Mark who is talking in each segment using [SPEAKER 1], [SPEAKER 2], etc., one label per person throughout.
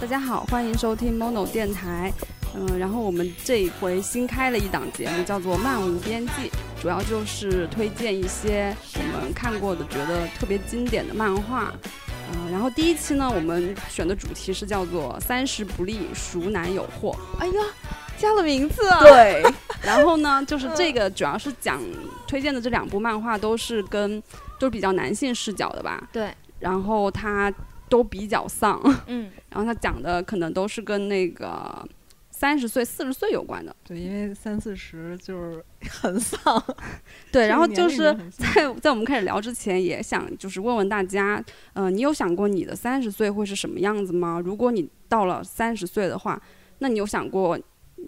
[SPEAKER 1] 大家好，欢迎收听 Mono 电台。嗯，然后我们这一回新开了一档节目，叫做《漫无边际》，主要就是推荐一些我们看过的、觉得特别经典的漫画。嗯，然后第一期呢，我们选的主题是叫做“三十不立，熟男有祸
[SPEAKER 2] 哎呀，加了名字”。啊！
[SPEAKER 1] 对，然后呢，就是这个主要是讲推荐的这两部漫画都是跟都比较男性视角的吧，
[SPEAKER 2] 对，
[SPEAKER 1] 然后它都比较丧，
[SPEAKER 2] 嗯，
[SPEAKER 1] 然后它讲的可能都是跟那个三十岁、四十岁有关的。
[SPEAKER 3] 对，因为三四十就是 很丧，
[SPEAKER 1] 对，然后
[SPEAKER 3] 这个
[SPEAKER 1] 就
[SPEAKER 3] 年龄
[SPEAKER 1] 是
[SPEAKER 3] 很丧
[SPEAKER 1] 在在我们开始聊之前，也想就是问问大家，呃，你有想过你的三十岁会是什么样子吗？如果你到了三十岁的话，那你有想过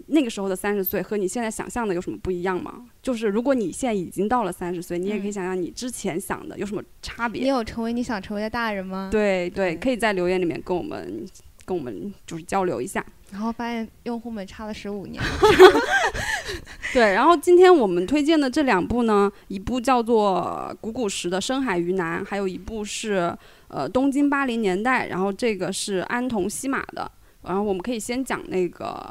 [SPEAKER 1] 那个时候的三十岁和你现在想象的有什么不一样吗？就是如果你现在已经到了三十岁，你也可以
[SPEAKER 2] 嗯
[SPEAKER 1] 想想你之前想的有什么差
[SPEAKER 2] 你
[SPEAKER 1] 别。
[SPEAKER 2] 有成为你想成为的大人吗？。
[SPEAKER 1] 对对，
[SPEAKER 3] 对
[SPEAKER 1] 可以在留言里面跟我们跟我们就是交流一下。
[SPEAKER 2] 然后发现用户们差了十五年，
[SPEAKER 1] 对，然后今天我们推荐的这两部呢，一部叫做《古古时的深海鱼男》，还有一部是呃《东京八零年代》，然后这个是安童西马的。然后我们可以先讲那个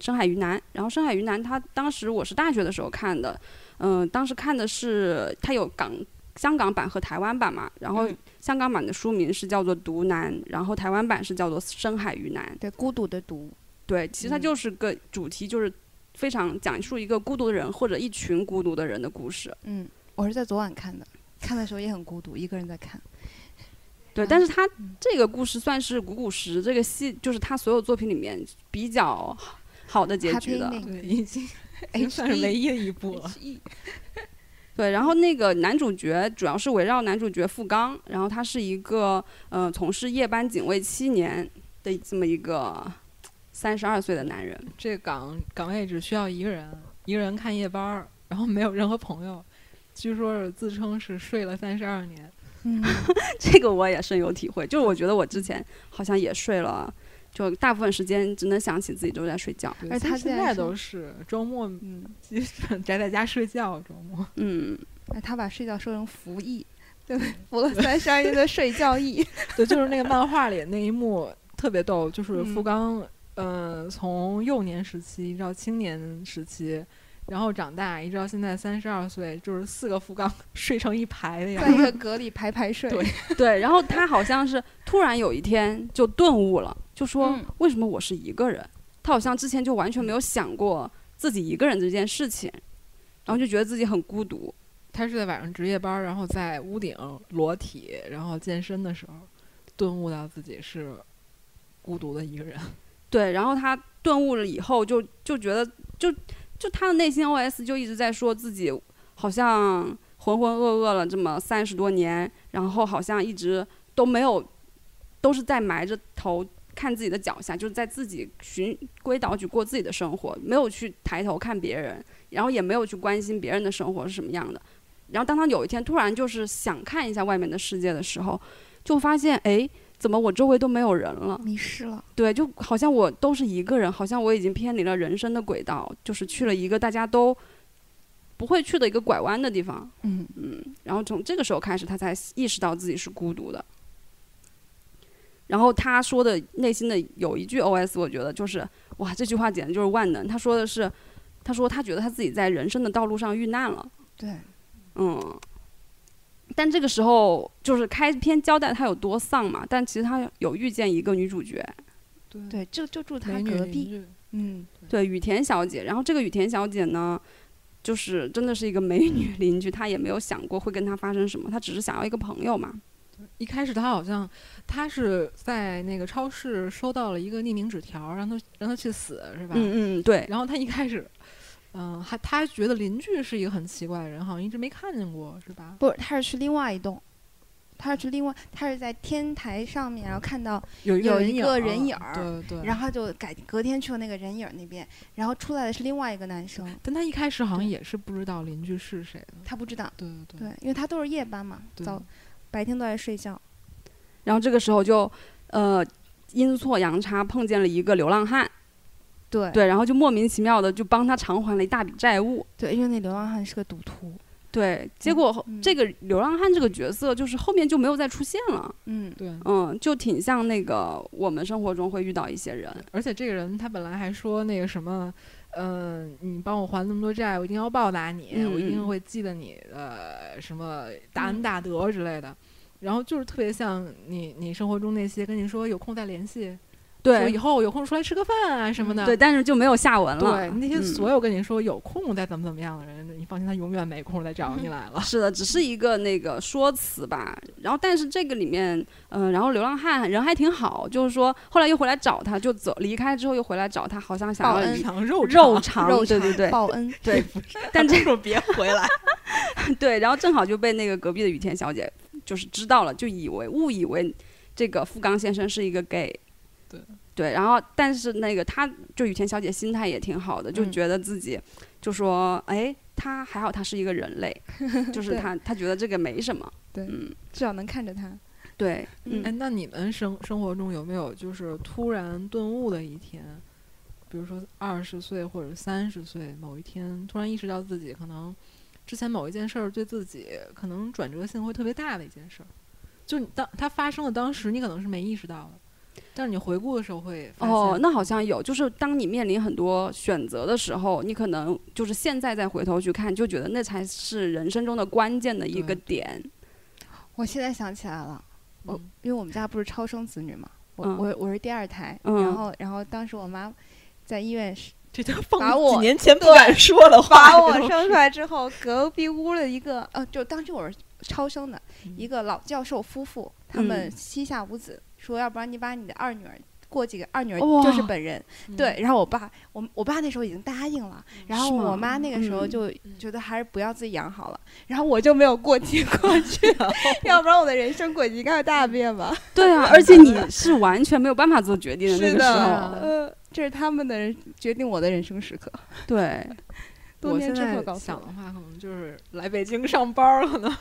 [SPEAKER 1] 《深海鱼男》，然后《深海鱼男》他当时我是大学的时候看的，嗯、当时看的是它有港香港版和台湾版嘛，然后
[SPEAKER 2] 嗯
[SPEAKER 1] 香港版的书名是叫做《毒男》，然后台湾版是叫做《深海鱼男》。
[SPEAKER 2] 对，孤独的独，
[SPEAKER 1] 对，其实它
[SPEAKER 2] 嗯
[SPEAKER 1] 就是个主题，就是非常讲述一个孤独的人或者一群孤独的人的故事。
[SPEAKER 2] 嗯，我是在昨晚看的， 看的时候也很孤独，一个人在 看，
[SPEAKER 1] 对，
[SPEAKER 2] 啊
[SPEAKER 1] 但是它这个故事算是古古时这个戏，就是他所有作品里面比较好的结局
[SPEAKER 2] Happy
[SPEAKER 1] 的。
[SPEAKER 2] ending
[SPEAKER 3] 对，已经已
[SPEAKER 2] HE
[SPEAKER 3] 经算是唯一的一部了。
[SPEAKER 2] E
[SPEAKER 1] 对，然后那个男主角主要是围绕男主角富冈，然后他是一个呃从事夜班警卫七年的这么一个三十二岁的男人。
[SPEAKER 3] 这岗岗位只需要一个人，一个人看夜班儿，然后没有任何朋友。据说是自称是睡了三十二年，
[SPEAKER 2] 嗯，
[SPEAKER 1] 这个我也深有体会，就是我觉得我之前好像也睡了，就大部分时间只能想起自己都在睡觉。
[SPEAKER 3] 对
[SPEAKER 2] 而
[SPEAKER 3] 其实
[SPEAKER 2] 他竟
[SPEAKER 3] 现
[SPEAKER 2] 然
[SPEAKER 3] 在
[SPEAKER 2] 是
[SPEAKER 3] 都是周末
[SPEAKER 2] 嗯，
[SPEAKER 3] 基本 宅在家睡觉，周末
[SPEAKER 1] 嗯，
[SPEAKER 2] 那他把睡觉说成服役，对，服了三十二年的睡觉 役，
[SPEAKER 3] 对，就是那个漫画里那一幕特别逗，就是
[SPEAKER 2] 嗯
[SPEAKER 3] 富冈，嗯、从幼年时期一直到青年时期，然后长大一直到现在三十二岁，就是四个富冈 睡成一排的样
[SPEAKER 2] 在一
[SPEAKER 3] 子。
[SPEAKER 2] 个格里排排睡，
[SPEAKER 3] 对
[SPEAKER 1] 对，然后他好像是突然有一天就顿悟了，就说
[SPEAKER 2] 嗯
[SPEAKER 1] 为什么我是一个人？他好像之前就完全没有想过自己一个人这件事情，然后就觉得自己很孤独。
[SPEAKER 3] 他是在晚上值夜班，然后在屋顶裸体，然后健身的时候，顿悟到自己是孤独的一个人。
[SPEAKER 1] 对，然后他顿悟了以后就，就觉得就就他的内心 OS 就一直在说自己好像浑浑噩噩了这么三十多年，然后好像一直都没有，都是在埋着头看自己的脚下，就是在自己循规蹈矩过自己的生活，没有去抬头看别人，然后也没有去关心别人的生活是什么样的。然后当他有一天突然就是想看一下外面的世界的时候，就发现哎，怎么我周围都没有人了？
[SPEAKER 2] 迷失了，
[SPEAKER 1] 对，就好像我都是一个人，好像我已经偏离了人生的轨道，就是去了一个大家都不会去的一个拐弯的地方。
[SPEAKER 2] 嗯，
[SPEAKER 1] 然后从这个时候开始，他才意识到自己是孤独的。然后他说的内心的有一句 OS，我觉得就是哇，这句话简直就是万能。他说的是，他说他觉得他自己在人生的道路上遇难了。
[SPEAKER 2] 对，
[SPEAKER 1] 嗯，但这个时候就是开篇交代他有多丧嘛，但其实他有遇见一个女主角，
[SPEAKER 3] 对，
[SPEAKER 2] 对，就就住他
[SPEAKER 3] 美女
[SPEAKER 2] 隔
[SPEAKER 3] 邻
[SPEAKER 2] 壁，
[SPEAKER 3] 居
[SPEAKER 2] 嗯，
[SPEAKER 1] 对，雨田小姐。然后这个雨田小姐呢，就是真的是一个美
[SPEAKER 3] 嗯
[SPEAKER 1] 女邻居，她也没有想过会跟她发生什么，她只是想要一个朋友嘛。
[SPEAKER 3] 一开始他好像他是在那个超市收到了一个匿名纸条，让他让他去死是吧？
[SPEAKER 1] 嗯嗯，对
[SPEAKER 3] 然后他一开始，嗯、还他觉得邻居是一个很奇怪的人，好像一直没看见过是吧？
[SPEAKER 2] 不是，他是去另外一栋。他是去另外，他是在天台上面，然后看到
[SPEAKER 3] 有一
[SPEAKER 2] 有
[SPEAKER 3] 人
[SPEAKER 2] 一
[SPEAKER 3] 影
[SPEAKER 2] 个
[SPEAKER 3] 儿
[SPEAKER 2] 人影儿
[SPEAKER 3] 对对。
[SPEAKER 2] 然后他就改隔天去了那个人影儿那边，然后出来的是另外一个男生，
[SPEAKER 3] 但他一开始好像
[SPEAKER 2] 对
[SPEAKER 3] 也是不知道邻居是谁的，
[SPEAKER 2] 他不知道，
[SPEAKER 3] 对对
[SPEAKER 2] 对，因为他都是夜班嘛，
[SPEAKER 3] 对
[SPEAKER 2] 早白天都在睡觉，
[SPEAKER 1] 然后这个时候就，呃，阴错阳差碰见了一个流浪汉，
[SPEAKER 2] 对
[SPEAKER 1] 对，然后就莫名其妙的就帮他偿还了一大笔债务。
[SPEAKER 2] 对因为那流浪汉是个赌徒，
[SPEAKER 1] 对，结果
[SPEAKER 2] 嗯
[SPEAKER 1] 这个流浪汉这个角色就是后面就没有再出现了，
[SPEAKER 2] 嗯
[SPEAKER 3] 对，
[SPEAKER 1] 嗯，就挺像那个我们生活中会遇到一些人，
[SPEAKER 3] 而且这个人他本来还说那个什么，嗯、你帮我还那么多债，我一定要报答你，
[SPEAKER 1] 嗯
[SPEAKER 3] 我一
[SPEAKER 1] 嗯
[SPEAKER 3] 定会记得你的什么
[SPEAKER 2] 嗯
[SPEAKER 3] 大恩大德之类的。然后就是特别像你你生活中那些跟你说有空再联系，说以
[SPEAKER 1] 对
[SPEAKER 3] 后有空出来吃个饭啊什么的。
[SPEAKER 1] 对，但是就没有下文
[SPEAKER 3] 对
[SPEAKER 1] 了。
[SPEAKER 3] 那些
[SPEAKER 1] 嗯
[SPEAKER 3] 所有跟你说有空再怎么怎么样的人，你放心，他永远没空再找你来了。
[SPEAKER 1] 是的，只是一个那个说辞吧。然后，但是这个里面，嗯、然后流浪汉人还挺好，就是说后来又回来找他，就走离开之后又回来找他，好像 想
[SPEAKER 2] 报
[SPEAKER 1] 要
[SPEAKER 2] 恩
[SPEAKER 1] 一
[SPEAKER 3] 尝肉
[SPEAKER 1] 肉
[SPEAKER 3] 肠，
[SPEAKER 1] 偿，
[SPEAKER 2] 肉
[SPEAKER 1] 对
[SPEAKER 2] 偿
[SPEAKER 1] 对对
[SPEAKER 2] 报恩，
[SPEAKER 1] 对。但这
[SPEAKER 3] 种别回来。
[SPEAKER 1] 对，然后正好就被那个隔壁的雨田小姐就是知道了，就以为误以为这个富冈先生是一个 gay。
[SPEAKER 3] 对
[SPEAKER 1] 对，然后但是那个她就雨田小姐心态也挺好的，就
[SPEAKER 2] 嗯
[SPEAKER 1] 觉得自己就说，哎，她还好，她是一个人 类，就是
[SPEAKER 2] 对
[SPEAKER 1] 她她觉得这个没什么。
[SPEAKER 2] 对
[SPEAKER 1] 嗯，
[SPEAKER 2] 至少能看着他。
[SPEAKER 1] 对，
[SPEAKER 2] 嗯
[SPEAKER 3] 哎，那你们生生活中有没有就是突然顿悟的一天？比如说二十岁或者三十岁某一天，突然意识到自己可能之前某一件事儿对自己可能转折性会特别大的一件事儿，就你当它发生的当时，你可能是没意识到的，但是你回顾的时候会发现。
[SPEAKER 1] 哦，那好像有，就是当你面临很多选择的时候，你可能就是现在再回头去看，就觉得那才是人生中的关键的一个
[SPEAKER 3] 对
[SPEAKER 1] 点。
[SPEAKER 2] 我现在想起来了，我、
[SPEAKER 3] 嗯
[SPEAKER 2] 因为我们家不是超生子女嘛，我、
[SPEAKER 1] 嗯
[SPEAKER 2] 我我是第二胎，
[SPEAKER 1] 嗯
[SPEAKER 2] 然后然后当时我妈在医 院是
[SPEAKER 4] 这都放
[SPEAKER 2] 把我
[SPEAKER 4] 几年前不敢说的话，
[SPEAKER 2] 把我
[SPEAKER 4] 这都
[SPEAKER 2] 生出来之后，隔壁屋的一个呃，就当时我是超生的
[SPEAKER 3] 嗯
[SPEAKER 2] 一个老教授夫妇，他们
[SPEAKER 1] 嗯
[SPEAKER 2] 膝下无子，说要不然你把你的二女儿。过几个二女儿
[SPEAKER 1] 哇
[SPEAKER 2] 就是本人，
[SPEAKER 3] 嗯
[SPEAKER 2] 对。然后我爸，我我爸那时候已经答应了，然后
[SPEAKER 1] 是吗
[SPEAKER 2] 我妈那个时候
[SPEAKER 1] 嗯
[SPEAKER 2] 就觉得还是不要自己养好了，然后我就没有过继过去，要不然我的人生轨迹应该是大变吧。
[SPEAKER 1] 对啊，而且你是完全没有办法做决定的嗯那
[SPEAKER 2] 是
[SPEAKER 1] 个时候，
[SPEAKER 3] 啊
[SPEAKER 2] 呃，这是他们的人决定我的人生时刻。
[SPEAKER 1] 对，
[SPEAKER 2] 多
[SPEAKER 3] 我
[SPEAKER 2] 年
[SPEAKER 3] 现
[SPEAKER 2] 之后
[SPEAKER 3] 在
[SPEAKER 2] 告诉
[SPEAKER 3] 想
[SPEAKER 2] 我
[SPEAKER 3] 的话，可能就是来北京上班儿，可能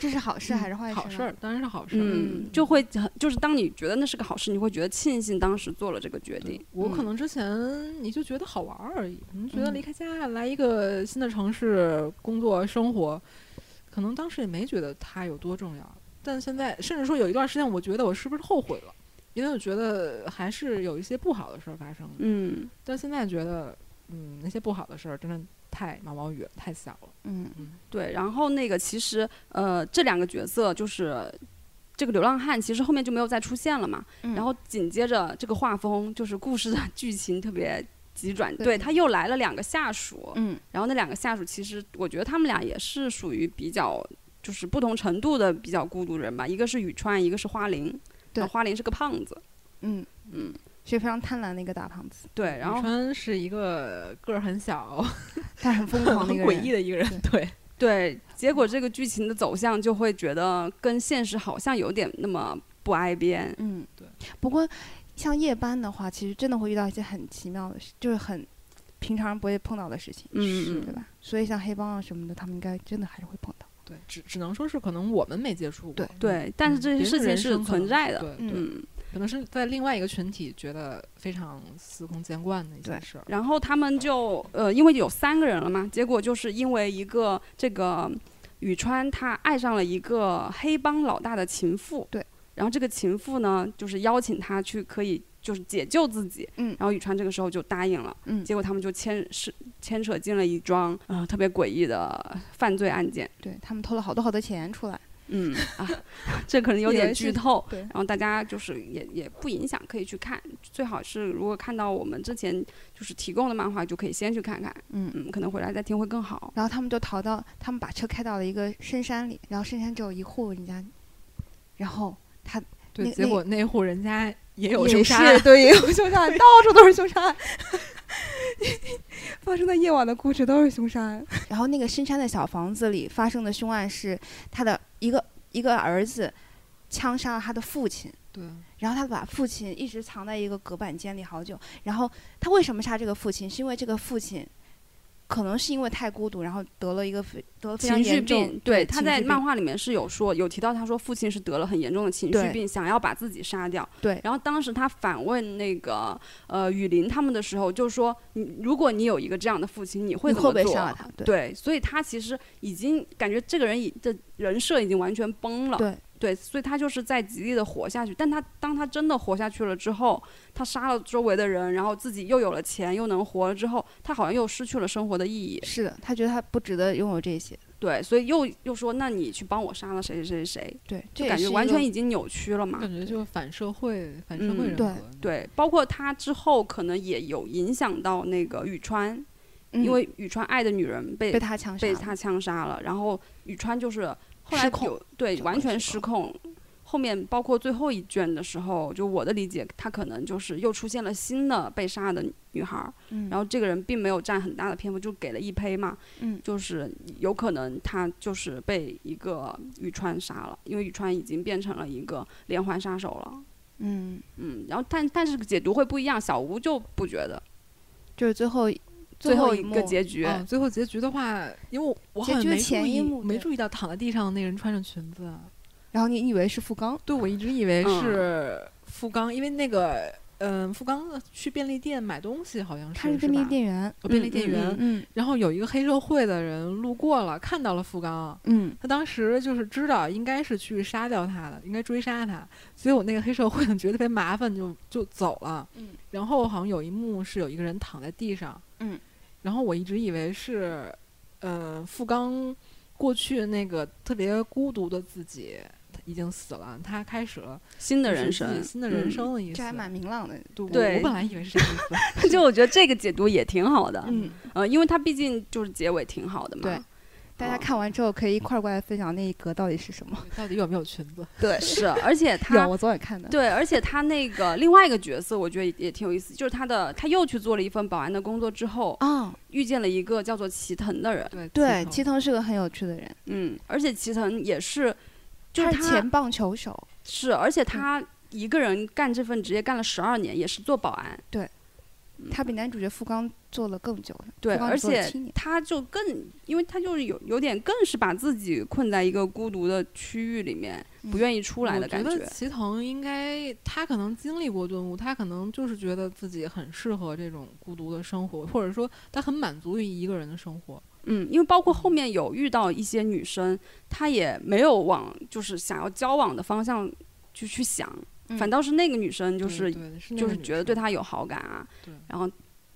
[SPEAKER 2] 这是嗯好事还是坏事？
[SPEAKER 3] 好事儿，，当然是好事儿。
[SPEAKER 1] 嗯，就会很就是当你觉得那是个好事，你会觉得庆幸当时做了这个决定。
[SPEAKER 3] 我可
[SPEAKER 1] 嗯
[SPEAKER 3] 能之前你就觉得好玩儿而已，可能觉得
[SPEAKER 2] 嗯
[SPEAKER 3] 离开家来一个新的城市工作生活，可能当时也没觉得它有多重要。但现在甚至说有一段时间，我觉得我是不是后悔了，因为我觉得还是有一些不好的事儿发生的。
[SPEAKER 1] 嗯，
[SPEAKER 3] 但现在觉得，嗯，那些不好的事儿真的太毛毛雨了，太小了。
[SPEAKER 2] 嗯，
[SPEAKER 1] 对。然后那个其实呃，这两个角色就是这个流浪汉，其实后面就没有再出现了嘛。
[SPEAKER 2] 嗯
[SPEAKER 1] 然后紧接着这个画风就是故事的剧情特别急转，
[SPEAKER 2] 对
[SPEAKER 1] 对他又来了两个下属，
[SPEAKER 2] 嗯，
[SPEAKER 1] 然后那两个下属其实我觉得他们俩也是属于比较。就是不同程度的比较孤独人吧，一个是宇川，一个是花灵。
[SPEAKER 2] 对
[SPEAKER 1] 然后花灵是个胖子，
[SPEAKER 2] 嗯
[SPEAKER 1] 嗯，
[SPEAKER 2] 是非常贪婪的一个大胖子，
[SPEAKER 1] 对，然后
[SPEAKER 3] 嗯宇川是一个个儿很小、
[SPEAKER 2] 但很疯狂的
[SPEAKER 3] 很
[SPEAKER 2] 一 个
[SPEAKER 3] 诡
[SPEAKER 2] 人。
[SPEAKER 3] 异的一个人，对，
[SPEAKER 1] 对，结果这个剧情的走向就会觉得跟现实好像有点那么不挨边。
[SPEAKER 2] 嗯，
[SPEAKER 3] 对。
[SPEAKER 2] 不过像夜班的话，其实真的会遇到一些很奇妙的事，就是很平常人不会碰到的事情，
[SPEAKER 1] 嗯
[SPEAKER 2] 对吧？所以像黑帮啊什么的，他们应该真的还是会碰到。
[SPEAKER 3] 对，只只能说是可能我们没接触过，
[SPEAKER 2] 对
[SPEAKER 1] 对，但是这些
[SPEAKER 3] 嗯别
[SPEAKER 1] 事
[SPEAKER 3] 人
[SPEAKER 1] 情
[SPEAKER 3] 人
[SPEAKER 1] 是
[SPEAKER 3] 生可
[SPEAKER 1] 存
[SPEAKER 3] 能
[SPEAKER 1] 在的。
[SPEAKER 3] 对，
[SPEAKER 2] 嗯
[SPEAKER 1] 嗯，
[SPEAKER 3] 可能是在另外一个群体觉得非常司空见惯的一件
[SPEAKER 2] 对
[SPEAKER 3] 事儿。
[SPEAKER 1] 然后他们就呃，因为有三个人了嘛，结果就是因为一个这个宇川他爱上了一个黑帮老大的情妇，
[SPEAKER 2] 对，
[SPEAKER 1] 然后这个情妇呢，就是邀请他去可以就是解救自己，
[SPEAKER 2] 嗯
[SPEAKER 1] 然后宇川这个时候就答应了，
[SPEAKER 2] 嗯
[SPEAKER 1] 结果他们就牵是牵扯进了一桩呃特别诡异的犯罪案件。
[SPEAKER 2] 对他们偷了好多好多钱出来，
[SPEAKER 1] 嗯 啊，这可能有
[SPEAKER 2] 以
[SPEAKER 1] 点
[SPEAKER 2] 为
[SPEAKER 1] 剧
[SPEAKER 2] 是
[SPEAKER 1] 透，
[SPEAKER 2] 对
[SPEAKER 1] 然后大家就是也也不影响，可以去看。最好是如果看到我们之前就是提供的漫画，就可以先去看看，
[SPEAKER 2] 嗯。
[SPEAKER 1] 嗯，可能回来再听会更好。
[SPEAKER 2] 然后他们就逃到，他们把车开到了一个深山里，然后深山只有一户人家，然后他
[SPEAKER 3] 对，
[SPEAKER 2] 那
[SPEAKER 3] 结
[SPEAKER 2] 那
[SPEAKER 3] 果那户人家也有
[SPEAKER 2] 也
[SPEAKER 3] 凶杀案
[SPEAKER 2] 是，对，也有凶杀案， 到处都是凶杀案， 发生在夜晚的故事都是凶杀案。然后那个深山的小房子里发生的凶案是他的一个一个儿子枪杀了他的父亲，
[SPEAKER 3] 对，
[SPEAKER 2] 然后他把父亲一直藏在一个隔板间里好久。然后他为什么杀这个父亲？是因为这个父亲可能是因为太孤独，然后得了一个非得了非常
[SPEAKER 1] 情绪
[SPEAKER 2] 严重
[SPEAKER 1] 病，对，他
[SPEAKER 2] 情
[SPEAKER 1] 在
[SPEAKER 2] 绪
[SPEAKER 1] 漫
[SPEAKER 2] 病
[SPEAKER 1] 画里面是有说，有提到他说父亲是得了很严重的情绪
[SPEAKER 2] 对
[SPEAKER 1] 病，想要把自己杀掉。
[SPEAKER 2] 对
[SPEAKER 1] 然后当时他反问那个呃雨林他们的时候，就说你如果你有一个这样的父亲，你会
[SPEAKER 2] 你
[SPEAKER 1] 怎
[SPEAKER 2] 会
[SPEAKER 1] 么
[SPEAKER 2] 不会
[SPEAKER 1] 做？
[SPEAKER 2] 杀了他？对
[SPEAKER 1] 对，所以他其实已经感觉这个人已的人设已经完全崩了。
[SPEAKER 2] 对
[SPEAKER 1] 对，所以他就是在极力的活下去。但他当他真的活下去了之后，他杀了周围的人，然后自己又有了钱，又能活了之后，他好像又失去了生活的意义。
[SPEAKER 2] 是的，他觉得他不值得拥有这些。
[SPEAKER 1] 对，所以又又说，那你去帮我杀了谁谁谁谁，
[SPEAKER 2] 对，这
[SPEAKER 1] 就
[SPEAKER 2] 也
[SPEAKER 1] 感觉
[SPEAKER 2] 是一
[SPEAKER 1] 完
[SPEAKER 2] 个
[SPEAKER 1] 全已经扭曲了嘛
[SPEAKER 3] 感。觉就是反社会、反社会
[SPEAKER 1] 嗯
[SPEAKER 3] 人格。
[SPEAKER 2] 对
[SPEAKER 1] 对，包括他之后可能也有影响到那个宇川，
[SPEAKER 2] 嗯
[SPEAKER 1] 因为宇川爱的女人被
[SPEAKER 2] 被他强杀
[SPEAKER 1] 被
[SPEAKER 2] 了，
[SPEAKER 1] 他枪杀了，然后宇川就是后来
[SPEAKER 2] 失控
[SPEAKER 1] 有对
[SPEAKER 2] 整个
[SPEAKER 1] 完全
[SPEAKER 2] 失
[SPEAKER 1] 失控。后面包括最后一卷的时候，就我的理解，他可能就是又出现了新的被杀的女孩儿，
[SPEAKER 2] 嗯，
[SPEAKER 1] 然后这个人并没有占很大的篇幅，就给了一胚嘛，
[SPEAKER 2] 嗯
[SPEAKER 1] 就是有可能他就是被一个宇川杀了，因为宇川已经变成了一个连环杀手了，
[SPEAKER 2] 嗯，
[SPEAKER 1] 嗯，然后但但是解读会不一样，小吴就不觉得
[SPEAKER 2] 就是最后
[SPEAKER 1] 最后
[SPEAKER 2] 一
[SPEAKER 1] 一个
[SPEAKER 2] 幕
[SPEAKER 1] 结局，
[SPEAKER 3] 啊，最后结局的话，因为我我好
[SPEAKER 2] 结
[SPEAKER 3] 像
[SPEAKER 2] 局
[SPEAKER 3] 没注
[SPEAKER 2] 前一
[SPEAKER 3] 意，
[SPEAKER 2] 幕
[SPEAKER 3] 没
[SPEAKER 2] 对
[SPEAKER 3] 注意到躺在地上的那人穿着裙子。啊
[SPEAKER 2] 然后你以为是富冈，
[SPEAKER 3] 对，我一直以为
[SPEAKER 1] 嗯
[SPEAKER 3] 是富冈，因为那个嗯，富冈去便利店买东西好像是
[SPEAKER 2] 他是
[SPEAKER 3] 是
[SPEAKER 2] 便利
[SPEAKER 3] 吧
[SPEAKER 2] 店员，
[SPEAKER 3] 呃便
[SPEAKER 1] 嗯
[SPEAKER 3] 利店
[SPEAKER 1] 嗯
[SPEAKER 3] 员，
[SPEAKER 2] 嗯
[SPEAKER 3] 然后有一个黑社会的人路过了，看到了富冈，
[SPEAKER 2] 嗯，
[SPEAKER 3] 他当时就是知道应该是去杀掉他的，应该追杀他，所以我那个黑社会的觉得特别麻烦，就就走了。
[SPEAKER 2] 嗯，
[SPEAKER 3] 然后好像有一幕是有一个人躺在地上，
[SPEAKER 2] 嗯，
[SPEAKER 3] 然后我一直以为是，呃，富冈过去那个特别孤独的自己。他已经死了，他开始了
[SPEAKER 1] 新的
[SPEAKER 3] 就是
[SPEAKER 1] 人
[SPEAKER 3] 自己
[SPEAKER 1] 生，
[SPEAKER 3] 新的人
[SPEAKER 1] 嗯
[SPEAKER 3] 生的意思。
[SPEAKER 2] 这还蛮明朗的，
[SPEAKER 3] 对，我
[SPEAKER 1] 对
[SPEAKER 3] 我本来以为是这个意思。
[SPEAKER 1] 嗯 就我觉得这个解读也挺好的，
[SPEAKER 2] 嗯，
[SPEAKER 1] 呃，因为它毕竟就是结尾挺好的嘛。
[SPEAKER 2] 对大家
[SPEAKER 1] 哦
[SPEAKER 2] 看完之后可以一块儿过来分享那一格到底是什么。
[SPEAKER 3] 嗯到底有没有裙子？
[SPEAKER 1] 对是，而且
[SPEAKER 2] 有，
[SPEAKER 1] 他
[SPEAKER 2] 我昨晚看的。
[SPEAKER 1] 对，而且他那个另外一个角色，我觉得也也挺有意思，就是他的他又去做了一份保安的工作之后，
[SPEAKER 2] 啊，
[SPEAKER 1] 遇见了一个叫做齐藤的人，
[SPEAKER 3] 对
[SPEAKER 2] 对，
[SPEAKER 3] 头
[SPEAKER 2] 齐藤是个很有趣的人，
[SPEAKER 1] 嗯，而且齐藤也是，就是
[SPEAKER 2] 是
[SPEAKER 1] 他
[SPEAKER 2] 前嗯棒球手，
[SPEAKER 1] 是，而且他一个人干这份职业干了十二年，也是做保安，嗯
[SPEAKER 2] 他比男主角富冈做了更久了，
[SPEAKER 1] 对，
[SPEAKER 2] 富冈
[SPEAKER 1] 而
[SPEAKER 2] 做了
[SPEAKER 1] 且
[SPEAKER 2] 七年
[SPEAKER 1] 他就更，因为他就是有有点更是把自己困在一个孤独的区域里面，不
[SPEAKER 2] 嗯
[SPEAKER 1] 愿意出来的感
[SPEAKER 3] 我觉
[SPEAKER 1] 觉
[SPEAKER 3] 得。齐藤应该，他可能经历过顿悟，他可能就是觉得自己很适合这种孤独的生活，或者说他很满足于一个人的生活。
[SPEAKER 1] 嗯，因为包括后面有遇到一些女生，她也没有往就是想要交往的方向去去想，
[SPEAKER 2] 嗯
[SPEAKER 1] 反倒是那个女生就
[SPEAKER 3] 对
[SPEAKER 1] 是
[SPEAKER 3] 对是那
[SPEAKER 1] 就
[SPEAKER 3] 个
[SPEAKER 1] 是
[SPEAKER 3] 女
[SPEAKER 1] 觉得对
[SPEAKER 3] 生。
[SPEAKER 1] 他有好感啊
[SPEAKER 3] 对，
[SPEAKER 1] 然后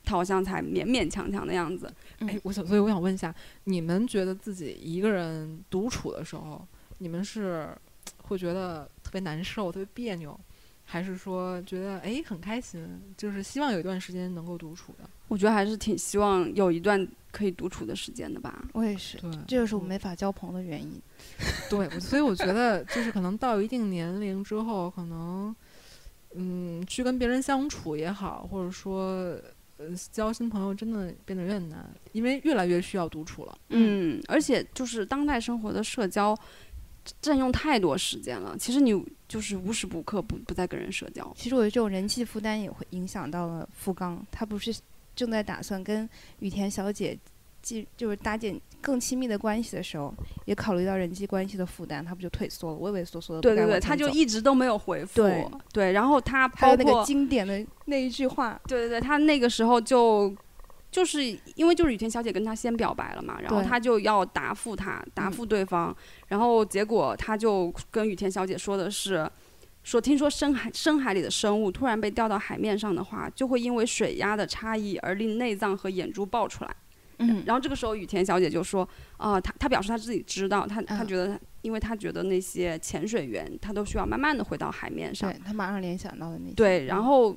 [SPEAKER 1] 她好像才勉勉强强的样子。
[SPEAKER 3] 哎，我想，所以我想问一下，你们觉得自己一个人独处的时候，你们是会觉得特别难受、特别别扭，还是说觉得哎很开心？就是希望有一段时间能够独处的。
[SPEAKER 1] 我觉得还是挺希望有一段可以独处的时间的吧。
[SPEAKER 2] 我也是，
[SPEAKER 3] 对，
[SPEAKER 2] 这就是我没法交朋友的原因。
[SPEAKER 3] 对，我所以我觉得就是可能到一定年龄之后，可能嗯，去跟别人相处也好，或者说呃交新朋友，真的变得有点难，因为越来越需要独处了。
[SPEAKER 1] 嗯，而且就是当代生活的社交占用太多时间了，其实你就是无时不刻不不在跟人社交。
[SPEAKER 2] 其实我觉得这种人气负担也会影响到了富冈，他不是正在打算跟雨田小姐进就是搭建更亲密的关系的时候，也考虑到人际关系的负担，他不就退缩了，畏畏缩缩的。
[SPEAKER 1] 对对对，他就一直都没有回复。
[SPEAKER 2] 对
[SPEAKER 1] 对然后他
[SPEAKER 2] 还有
[SPEAKER 1] 包
[SPEAKER 2] 那
[SPEAKER 1] 括
[SPEAKER 2] 个经典的那一句话，
[SPEAKER 1] 对对对，他那个时候就就是因为就是雨田小姐跟他先表白了嘛，然后
[SPEAKER 2] 对嗯
[SPEAKER 1] 他就要答复他，答复对方，然后结果他就跟雨田小姐说的是。说听说深海深海里的生物突然被吊到海面上的话，就会因为水压的差异而令内脏和眼珠爆出来。
[SPEAKER 2] 嗯，
[SPEAKER 1] 然后这个时候雨田小姐就说：“啊、她她表示她自己知道，她她
[SPEAKER 2] 嗯
[SPEAKER 1] 觉得，因为她觉得那些潜水员，她都需要慢慢的回到海面上
[SPEAKER 2] 对。他马上联想到的那些
[SPEAKER 1] 对，然后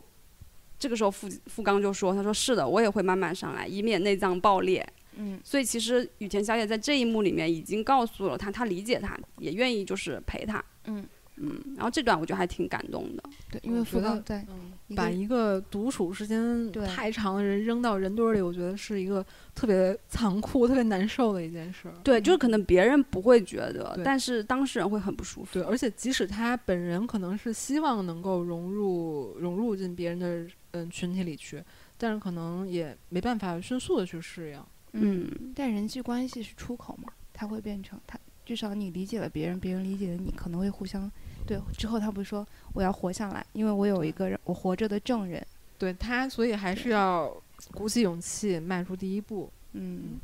[SPEAKER 1] 这个时候富富冈就说：“他说是的，我也会慢慢上来，以免内脏爆裂。
[SPEAKER 2] 嗯”
[SPEAKER 1] 所以其实雨田小姐在这一幕里面已经告诉了他，她理解他，也愿意就是陪他。
[SPEAKER 2] 嗯
[SPEAKER 1] 嗯，然后这段我觉得还挺感动的。
[SPEAKER 2] 对，因为
[SPEAKER 3] 我
[SPEAKER 2] 富
[SPEAKER 3] 觉得
[SPEAKER 2] 冈在
[SPEAKER 3] 嗯
[SPEAKER 2] 一
[SPEAKER 3] 把
[SPEAKER 2] 个
[SPEAKER 3] 一个独处时间
[SPEAKER 2] 对
[SPEAKER 3] 太长的人扔到人堆儿里，我觉得是一个特别残酷、 特别难受的一件事儿。
[SPEAKER 1] 对，就是可能别人不会觉得，
[SPEAKER 3] 对
[SPEAKER 1] 但是当事人会很不舒服。
[SPEAKER 3] 对，而且即使他本人可能是希望能够融入融入进别人的嗯群体里去，但是可能也没办法迅速的去适应。
[SPEAKER 1] 嗯，
[SPEAKER 2] 但人际关系是出口嘛，它会变成它至少你理解了别人，别人理解了你，可能会互相对。之后他不是说我要活下来，因为我有一个让我活着的证人。
[SPEAKER 3] 对他，所以还是要鼓起勇气迈出第一步。
[SPEAKER 2] 嗯，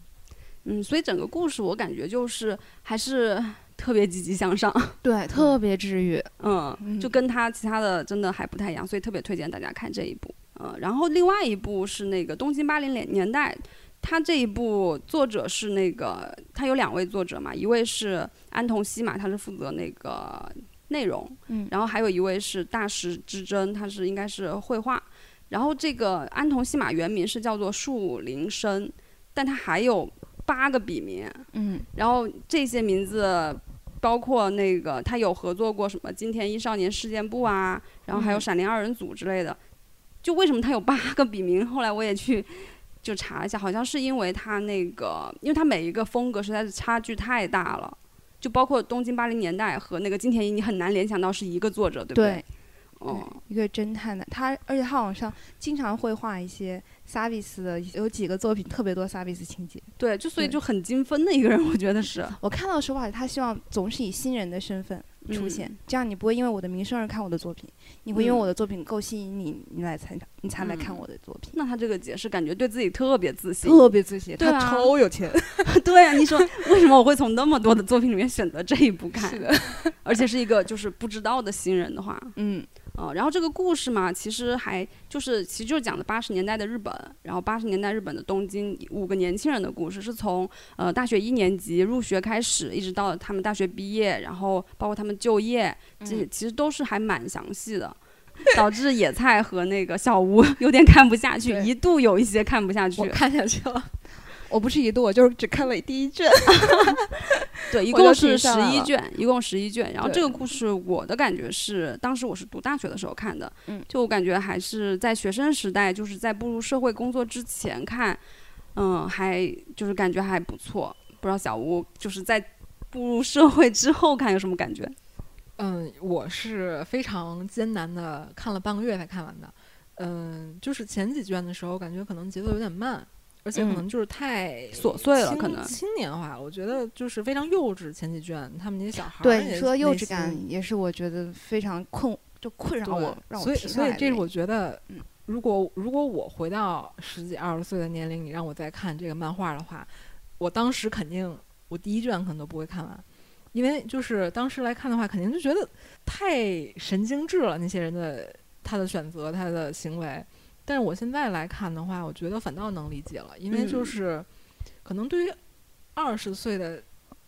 [SPEAKER 1] 嗯，所以整个故事我感觉就是还是特别积极向上，
[SPEAKER 2] 对，特别治愈。
[SPEAKER 1] 嗯，就
[SPEAKER 2] 嗯
[SPEAKER 1] 跟他其他的真的还不太一样，所以特别推荐大家看这一部。嗯，然后另外一部是那个《东京八零年年代》，它这一部作者是那个，它有两位作者嘛，一位是安藤希马，他是负责那个内容，
[SPEAKER 2] 嗯
[SPEAKER 1] 然后还有一位是大石之真，他是应该是绘画。然后这个安藤希马原名是叫做树林生，但他还有八个笔名，
[SPEAKER 2] 嗯
[SPEAKER 1] 然后这些名字包括那个他有合作过什么金田一少年事件部啊，然后还有
[SPEAKER 2] 嗯
[SPEAKER 1] 闪灵二人组之类的。就为什么他有八个笔名？后来我也去就查一下，好像是因为他那个，因为他每一个风格实在是差距太大了，就包括东京八零年代和那个金田一，你很难联想到是一个作者，对不对？
[SPEAKER 2] 对，
[SPEAKER 1] 哦，
[SPEAKER 2] 一个侦探的他，而且他好像经常会画一些 Savis 的，有几个作品特别多 Savis 情节。
[SPEAKER 1] 对，就所以
[SPEAKER 2] 对
[SPEAKER 1] 就很精分的一个人，我觉得是
[SPEAKER 2] 我看到的手法，他希望总是以新人的身份出现，
[SPEAKER 1] 嗯
[SPEAKER 2] 这样你不会因为我的名声而看我的作品，你会因为
[SPEAKER 1] 嗯
[SPEAKER 2] 我的作品够吸引你，你来参你才来看
[SPEAKER 1] 嗯
[SPEAKER 2] 我的作品。
[SPEAKER 1] 那他这个解释感觉对自己特别自信，
[SPEAKER 2] 特别自信，
[SPEAKER 1] 对
[SPEAKER 2] 他
[SPEAKER 1] 啊
[SPEAKER 2] 超有 钱。
[SPEAKER 1] 对啊，你说为什么我会从那么多的作品里面选择这一部看？
[SPEAKER 3] 是的，
[SPEAKER 1] 而且是一个就是不知道的新人的话，
[SPEAKER 2] 嗯
[SPEAKER 1] 嗯，然后这个故事嘛，其实还就是其实就是讲的八十年代的日本，然后八十年代日本的东京五个年轻人的故事，是从呃大学一年级入学开始，一直到他们大学毕业，然后包括他们就业，这其实都是还蛮详细的。导致野菜和那个小吴 有点看不下去，
[SPEAKER 2] 对
[SPEAKER 1] 一度有一些看不下去
[SPEAKER 4] 我。看下去了，
[SPEAKER 2] 我不是一度，我就是只看了第一卷。
[SPEAKER 1] 对，一
[SPEAKER 2] 我就
[SPEAKER 1] 共
[SPEAKER 2] 停
[SPEAKER 1] 是
[SPEAKER 2] 下
[SPEAKER 1] 十
[SPEAKER 2] 来
[SPEAKER 1] 一
[SPEAKER 2] 了
[SPEAKER 1] 卷，一共十一卷。然后
[SPEAKER 2] 对
[SPEAKER 1] 这个故事，我的感觉是，当时我是读大学的时候看的，
[SPEAKER 2] 嗯
[SPEAKER 1] 就我感觉还是在学生时代，就是在步入社会工作之前看，嗯，还就是感觉还不错。不知道小吴就是在步入社会之后看有什么感觉？
[SPEAKER 3] 嗯，我是非常艰难的看了半个月才看完的。嗯，就是前几卷的时候，感觉可能节奏有点慢，而且可
[SPEAKER 2] 嗯
[SPEAKER 3] 能就是太
[SPEAKER 1] 琐碎了，
[SPEAKER 3] 青
[SPEAKER 1] 可能
[SPEAKER 3] 青年化，我觉得就是非常幼稚。前几卷他们那些小孩 儿
[SPEAKER 2] 对
[SPEAKER 3] 也
[SPEAKER 2] 你说
[SPEAKER 3] 内
[SPEAKER 2] 幼稚
[SPEAKER 3] 心
[SPEAKER 2] 感也是我觉得非常困，就困扰
[SPEAKER 3] 对
[SPEAKER 2] 我，让我
[SPEAKER 3] 所以
[SPEAKER 2] 停下
[SPEAKER 3] 所以
[SPEAKER 2] 来的
[SPEAKER 3] 这
[SPEAKER 2] 原
[SPEAKER 3] 是
[SPEAKER 2] 因
[SPEAKER 3] 我觉得
[SPEAKER 2] 嗯，
[SPEAKER 3] 如果如果我回到十几二十岁的年龄，你让我再看这个漫画的话，我当时肯定我第一卷可能都不会看完，因为就是当时来看的话，肯定就觉得太神经质了，那些人的他的选择，他的行为。但是我现在来看的话，我觉得反倒能理解了，因为就
[SPEAKER 1] 嗯
[SPEAKER 3] 是、可能对于二十岁的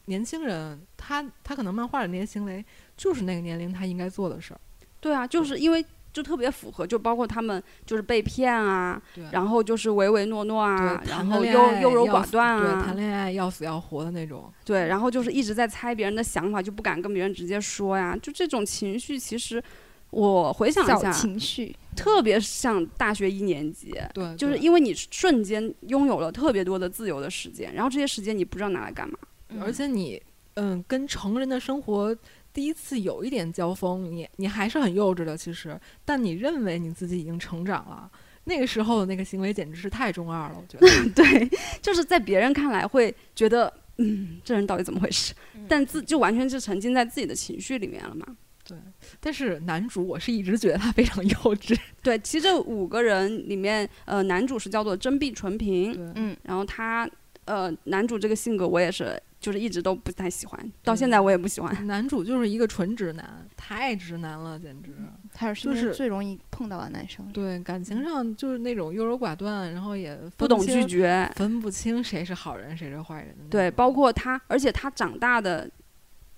[SPEAKER 3] 年轻人，他他可能漫画里那些行为就是那个年龄他应该做的事儿。
[SPEAKER 1] 对啊，就是因为就特别符合，就包括他们就是被骗啊，
[SPEAKER 3] 对
[SPEAKER 1] 然后就是唯唯诺诺啊
[SPEAKER 3] 对，谈
[SPEAKER 1] 然
[SPEAKER 3] 个
[SPEAKER 1] 后
[SPEAKER 3] 恋
[SPEAKER 1] 优
[SPEAKER 3] 爱
[SPEAKER 1] 优柔
[SPEAKER 3] 要
[SPEAKER 1] 寡
[SPEAKER 3] 死
[SPEAKER 1] 断
[SPEAKER 3] 对，
[SPEAKER 1] 啊，
[SPEAKER 3] 谈恋爱要死要活的那种。
[SPEAKER 1] 对，然后就是一直在猜别人的想法，就不敢跟别人直接说呀。就这种情绪，其实我回想一
[SPEAKER 2] 小
[SPEAKER 1] 下，
[SPEAKER 2] 情绪，
[SPEAKER 1] 特别像大学一年级，
[SPEAKER 3] 嗯对，
[SPEAKER 1] 呃就是因为你瞬间拥有了特别多的自由的时间，然后这些时间你不知道拿来干嘛。
[SPEAKER 3] 对而且你，嗯，跟成人的生活第一次有一点交锋，你你还是很幼稚的，其实，但你认为你自己已经成长了。那个时候的那个行为简直是太中二了，我觉得
[SPEAKER 1] 对，就是在别人看来会觉得，嗯，这人到底怎么回事？但自就完全是沉浸在自己的情绪里面了嘛。
[SPEAKER 3] 对。但是男主，我是一直觉得他非常幼稚。
[SPEAKER 1] 对，其实这五个人里面，呃，男主是叫做真壁纯平，
[SPEAKER 3] 对
[SPEAKER 2] 嗯，
[SPEAKER 1] 然后他呃，男主这个性格我也是，就是一直都不太喜欢，到
[SPEAKER 3] 嗯
[SPEAKER 1] 现在我也不喜欢。
[SPEAKER 3] 男主就是一个纯直男，太直男了，简直。
[SPEAKER 1] 嗯
[SPEAKER 2] 他是身
[SPEAKER 3] 就
[SPEAKER 2] 边
[SPEAKER 3] 是
[SPEAKER 2] 最容易碰到的男生。
[SPEAKER 3] 对，感情上就是那种优柔寡断，然后也
[SPEAKER 1] 不
[SPEAKER 3] 分
[SPEAKER 1] 懂
[SPEAKER 3] 清
[SPEAKER 1] 拒绝，
[SPEAKER 3] 分不清谁是好人谁是坏人的那种。
[SPEAKER 1] 对，包括他，而且他长大的，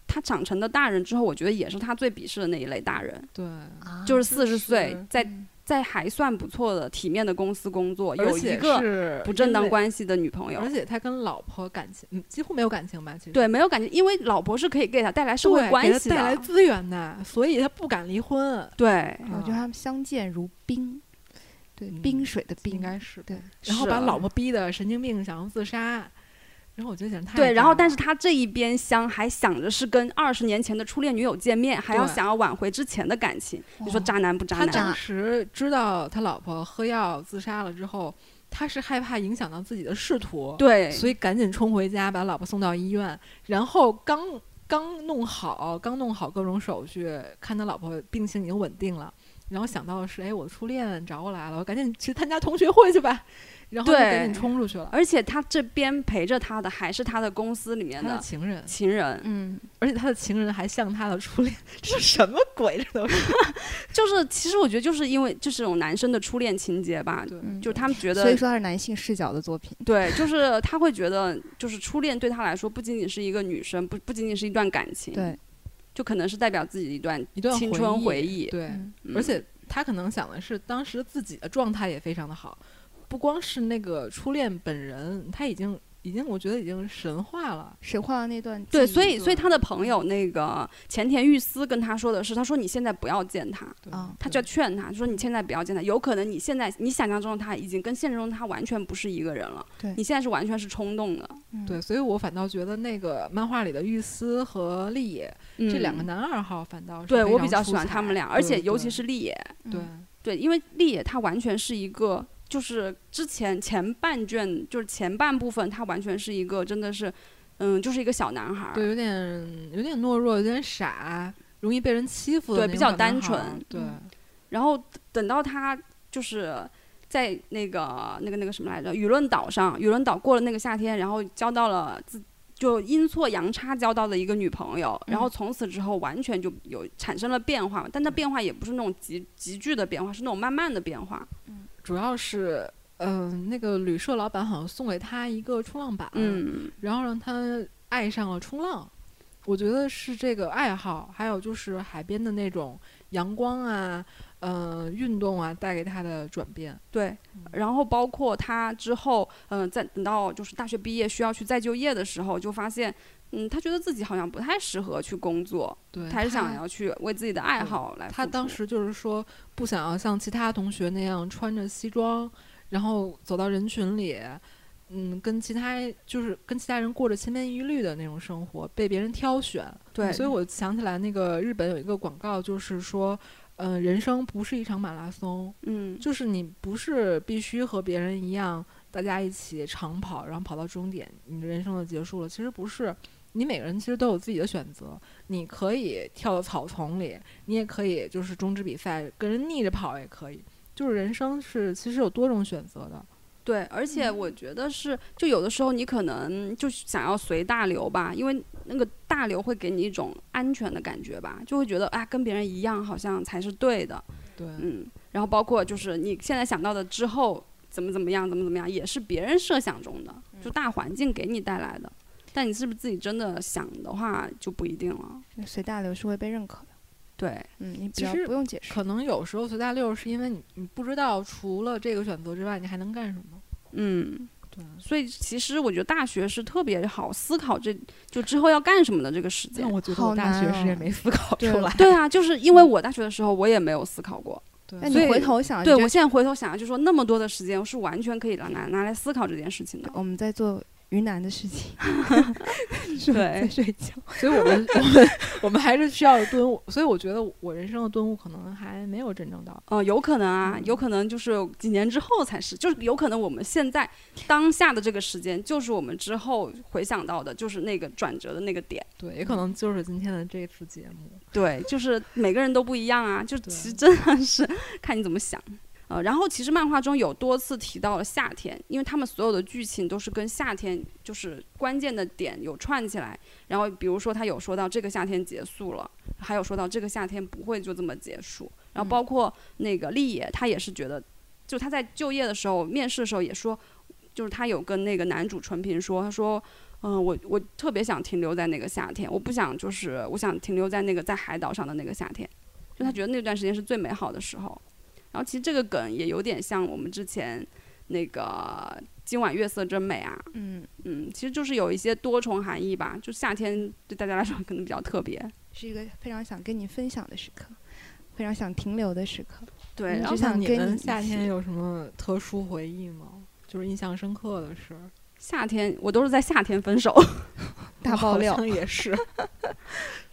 [SPEAKER 1] 他长成的大人之后，我觉得也是他最鄙视的那一类大人，
[SPEAKER 3] 对，
[SPEAKER 1] 就是四十岁
[SPEAKER 3] 啊是，
[SPEAKER 1] 在
[SPEAKER 2] 嗯
[SPEAKER 1] 在还算不错的体面的公司工作，
[SPEAKER 3] 而
[SPEAKER 1] 有一
[SPEAKER 3] 且
[SPEAKER 1] 个
[SPEAKER 3] 是
[SPEAKER 1] 不正当
[SPEAKER 3] 因为，
[SPEAKER 1] 关系的女朋友
[SPEAKER 3] 而，且他跟老婆感情嗯几乎没有感情吧，其实
[SPEAKER 1] 对，没有感觉，因为老婆是可以给他带来社
[SPEAKER 3] 对
[SPEAKER 1] 会关
[SPEAKER 3] 给
[SPEAKER 1] 系
[SPEAKER 3] 他带来
[SPEAKER 1] 的，
[SPEAKER 3] 资源的，所以他不敢离婚。
[SPEAKER 1] 对，
[SPEAKER 2] 我觉得他们相见如冰，对，冰
[SPEAKER 3] 嗯
[SPEAKER 2] 水的冰，
[SPEAKER 3] 应该是，
[SPEAKER 2] 对，
[SPEAKER 3] 然后
[SPEAKER 1] 是啊
[SPEAKER 3] 把老婆逼得神经病，想要自杀。然后我觉得简直太
[SPEAKER 1] 对，然后但是
[SPEAKER 3] 他
[SPEAKER 1] 他这一边厢还想着是跟二十年前的初恋女友见面，还要
[SPEAKER 3] 对
[SPEAKER 1] 想要挽回之前的感情，你说
[SPEAKER 2] 哇
[SPEAKER 1] 渣男不渣
[SPEAKER 3] 他
[SPEAKER 1] 男？
[SPEAKER 3] 当时知道他老婆喝药自杀了之后，他是害怕影响到自己的仕途，
[SPEAKER 1] 对，
[SPEAKER 3] 所以赶紧冲回家把老婆送到医院，然后刚刚弄好，刚弄好各种手续，看他老婆病情已经稳定了。然后想到的是，哎，我的初恋找我来了，我赶紧去参加同学会去吧，然后就
[SPEAKER 1] 对哎
[SPEAKER 3] 赶紧冲出去了。
[SPEAKER 1] 而且他这边陪着他的还是他的公司里面
[SPEAKER 3] 他的
[SPEAKER 1] 的
[SPEAKER 3] 情人，
[SPEAKER 1] 情人，
[SPEAKER 2] 嗯，
[SPEAKER 3] 而且他的情人还像他的初恋，这是什么鬼？这 都是
[SPEAKER 1] 就是其实我觉得就是因为就是这种男生的初恋情节吧，
[SPEAKER 3] 对
[SPEAKER 2] 嗯
[SPEAKER 1] 就是他们觉
[SPEAKER 2] 所以
[SPEAKER 1] 得
[SPEAKER 2] 说它是男性视角的作品。
[SPEAKER 1] 对，就是他会觉得就是初恋对他来说不仅仅是一个女生，不不仅仅是一段感情，
[SPEAKER 2] 对，
[SPEAKER 1] 就可能是代表自己一段
[SPEAKER 3] 一段
[SPEAKER 1] 青春
[SPEAKER 3] 回
[SPEAKER 1] 回忆，
[SPEAKER 3] 对，
[SPEAKER 2] 嗯
[SPEAKER 1] 嗯
[SPEAKER 3] 而且他可能想的是，当时自己的状态也非常的好，不光是那个初恋本人，他已经已经我觉得已经神化了。
[SPEAKER 2] 神话的那段
[SPEAKER 1] 对，
[SPEAKER 2] 记忆
[SPEAKER 1] 所以所以
[SPEAKER 3] 对
[SPEAKER 1] 他的朋
[SPEAKER 3] 嗯
[SPEAKER 1] 友那个前田裕司跟他说的是，他说你现在不要见他，
[SPEAKER 3] 对
[SPEAKER 2] 啊
[SPEAKER 1] 他
[SPEAKER 3] 对
[SPEAKER 1] 就劝他说你现在不要见他，有可能你现在你想象中的他已经跟现实中的他完全不是一个人了，
[SPEAKER 2] 对
[SPEAKER 1] 你现在是完全是冲动的，
[SPEAKER 2] 嗯
[SPEAKER 3] 对，所以我反倒觉得那个漫画里的玉丝和立野、
[SPEAKER 1] 嗯、
[SPEAKER 3] 这两个。男二号，反倒是
[SPEAKER 1] 对
[SPEAKER 3] 非
[SPEAKER 1] 我
[SPEAKER 3] 常
[SPEAKER 1] 比较
[SPEAKER 3] 出
[SPEAKER 1] 喜欢他
[SPEAKER 3] 彩
[SPEAKER 1] 们俩，而
[SPEAKER 3] 对
[SPEAKER 1] 且尤
[SPEAKER 3] 对
[SPEAKER 1] 其是嗯立野，
[SPEAKER 3] 对
[SPEAKER 1] 对，因为立野他完全是一个，就是之前前半卷就是前半部分，他完全是一个真的是，嗯，就是一个小男孩儿，
[SPEAKER 3] 对，有点有点懦弱，有点傻，容易被人欺负的
[SPEAKER 1] 对
[SPEAKER 3] 那
[SPEAKER 1] 比
[SPEAKER 3] 种
[SPEAKER 1] 较
[SPEAKER 3] 小男
[SPEAKER 1] 单
[SPEAKER 3] 孩儿
[SPEAKER 1] 纯
[SPEAKER 3] 对，
[SPEAKER 1] 然后等到他就是在那个那个那个什么来着，舆论岛上，舆论岛过了那个夏天，然后交到了自就阴错阳差交到了一个女朋友，然后
[SPEAKER 2] 嗯
[SPEAKER 1] 从此之后完全就有产生了变化，但那变化也不是那种急急剧的变化，是那种慢慢的变化。
[SPEAKER 3] 主要是嗯、呃那个旅社老板好像送给他一个冲浪板，，
[SPEAKER 1] 嗯，
[SPEAKER 3] 然后让他爱上了冲浪。我觉得是这个爱好，还有就是海边的那种阳光啊，呃，运动啊，带给他的转变。
[SPEAKER 1] 对。
[SPEAKER 3] 嗯
[SPEAKER 1] 然后包括他之后，嗯、在等到就是大学毕业需要去再就业的时候，就发现，嗯，他觉得自己好像不太适合去工作，
[SPEAKER 3] 对，
[SPEAKER 1] 他还是想要去为自己的爱
[SPEAKER 3] 对
[SPEAKER 1] 好来付出。
[SPEAKER 3] 他当时就是说，不想要像其他同学那样穿着西装，然后走到人群里，嗯，跟其他就是跟其他人过着千篇一律的那种生活，被别人挑选。
[SPEAKER 1] 对，
[SPEAKER 3] 所以我想起来那个日本有一个广告，就是说，嗯、人生不是一场马拉松，
[SPEAKER 1] 嗯，
[SPEAKER 3] 就是你不是必须和别人一样，大家一起长跑，然后跑到终点，你的人生就结束了。其实不是，你每个人其实都有自己的选择，你可以跳到草丛里，你也可以就是终止比赛，跟人逆着跑也可以。就是人生是其实有多种选择的，
[SPEAKER 1] 对，而且我觉得是，就有的时候你可能就想要随大流吧，因为那个大流会给你一种安全的感觉吧，就会觉得啊，跟别人一样好像才是对的，
[SPEAKER 3] 对，
[SPEAKER 1] 嗯。然后包括就是你现在想到的之后怎么怎么样，怎么怎么样，也是别人设想中的，就大环境给你带来的。但你是不是自己真的想的话就不一定了。
[SPEAKER 2] 对随大流是会被认可的。
[SPEAKER 1] 对，
[SPEAKER 2] 嗯，你
[SPEAKER 3] 其
[SPEAKER 2] 只要
[SPEAKER 3] 实
[SPEAKER 2] 不用解释，
[SPEAKER 3] 可能有时候随大溜儿是因为你你不知道除了这个选择之外，你还能干什么。
[SPEAKER 1] 嗯。
[SPEAKER 3] 对
[SPEAKER 1] 所以其实我觉得大学是特别好思考这就之后要干什么的这个时间
[SPEAKER 3] 但。我觉得
[SPEAKER 2] 好
[SPEAKER 3] 我大
[SPEAKER 2] 难
[SPEAKER 3] 学时也
[SPEAKER 2] 哦
[SPEAKER 3] 没思考出
[SPEAKER 2] 对
[SPEAKER 3] 来。
[SPEAKER 1] 对啊，就是因为我大学的时候我也没有思考过。
[SPEAKER 3] 对
[SPEAKER 2] 那
[SPEAKER 1] 所以
[SPEAKER 2] 哎你回头想，
[SPEAKER 1] 对
[SPEAKER 2] 啊你
[SPEAKER 1] 我
[SPEAKER 2] 就
[SPEAKER 1] 现在回头想来，就说那么多的时间，我是完全可以拿拿拿来思考这件事情的。
[SPEAKER 2] 我们在做云南的事情，是吧在
[SPEAKER 1] 对，
[SPEAKER 2] 睡觉。
[SPEAKER 3] 所以我们 我们我们还是需要顿悟，所以我觉得我人生的顿悟可能还没有真正到。
[SPEAKER 1] 呃，有可能啊，有可能就是几年之后才是，就是有可能我们现在当下的这个时间，就是我们之后回想到的，就是那个转折的那个点。
[SPEAKER 3] 对，也可能就是今天的这次节目。
[SPEAKER 1] 对，就是每个人都不一样啊，就
[SPEAKER 3] 对
[SPEAKER 1] 其实真的是看你怎么想。呃，然后其实漫画中有多次提到了夏天，因为他们所有的剧情都是跟夏天就是关键的点有串起来。然后比如说他有说到这个夏天结束了，还有说到这个夏天不会就这么结束。然后包括那个立野，他也是觉得，就他在就业的时候、面试的时候也说，就是他有跟那个男主纯平说，他说嗯，我我特别想停留在那个夏天，我不想就是我想停留在那个在海岛上的那个夏天，就他觉得那段时间是最美好的时候。然后其实这个梗也有点像我们之前那个今晚月色真美啊，
[SPEAKER 2] 嗯，
[SPEAKER 1] 嗯，其实就是有一些多重含义吧。就夏天对大家来说可能比较特别，
[SPEAKER 2] 是一个非常想跟你分享的时刻，非常想停留的时刻。
[SPEAKER 1] 对。
[SPEAKER 2] 嗯
[SPEAKER 1] 然
[SPEAKER 2] 就
[SPEAKER 1] 后
[SPEAKER 2] 是想
[SPEAKER 3] 像你
[SPEAKER 2] 跟
[SPEAKER 3] 们
[SPEAKER 2] 你
[SPEAKER 3] 夏
[SPEAKER 2] 一起
[SPEAKER 3] 天有什么特殊回忆吗？就是印象深刻的事儿，
[SPEAKER 1] 夏天我都是在夏天分手，
[SPEAKER 2] 大爆
[SPEAKER 3] 我好
[SPEAKER 2] 料
[SPEAKER 3] 像也是。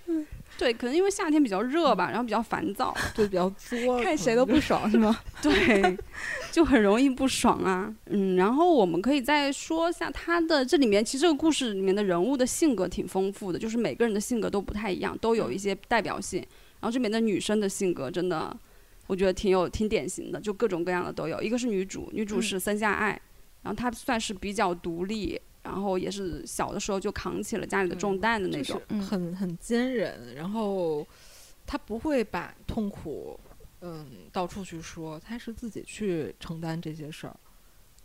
[SPEAKER 1] 对，可能因为夏天比较热吧，然后比较烦躁，
[SPEAKER 3] 对，比较作，
[SPEAKER 2] 看谁都不爽是吗？
[SPEAKER 1] 对，就很容易不爽啊。嗯，然后我们可以再说一下他的这里面，其实这个故事里面的人物的性格挺丰富的，就是每个人的性格都不太一样，都
[SPEAKER 3] 嗯
[SPEAKER 1] 有一些代表性。然后这边的女生的性格真的，我觉得挺有挺典型的，就各种各样的都有。一个是女主，女
[SPEAKER 3] 嗯
[SPEAKER 1] 主是森下爱，然后她算是比较独立。然后也是小的时候就扛起了家里的重担的那种，
[SPEAKER 3] 嗯就是很很坚韧，然后他不会把痛苦嗯到处去说，他是自己去承担这些事儿。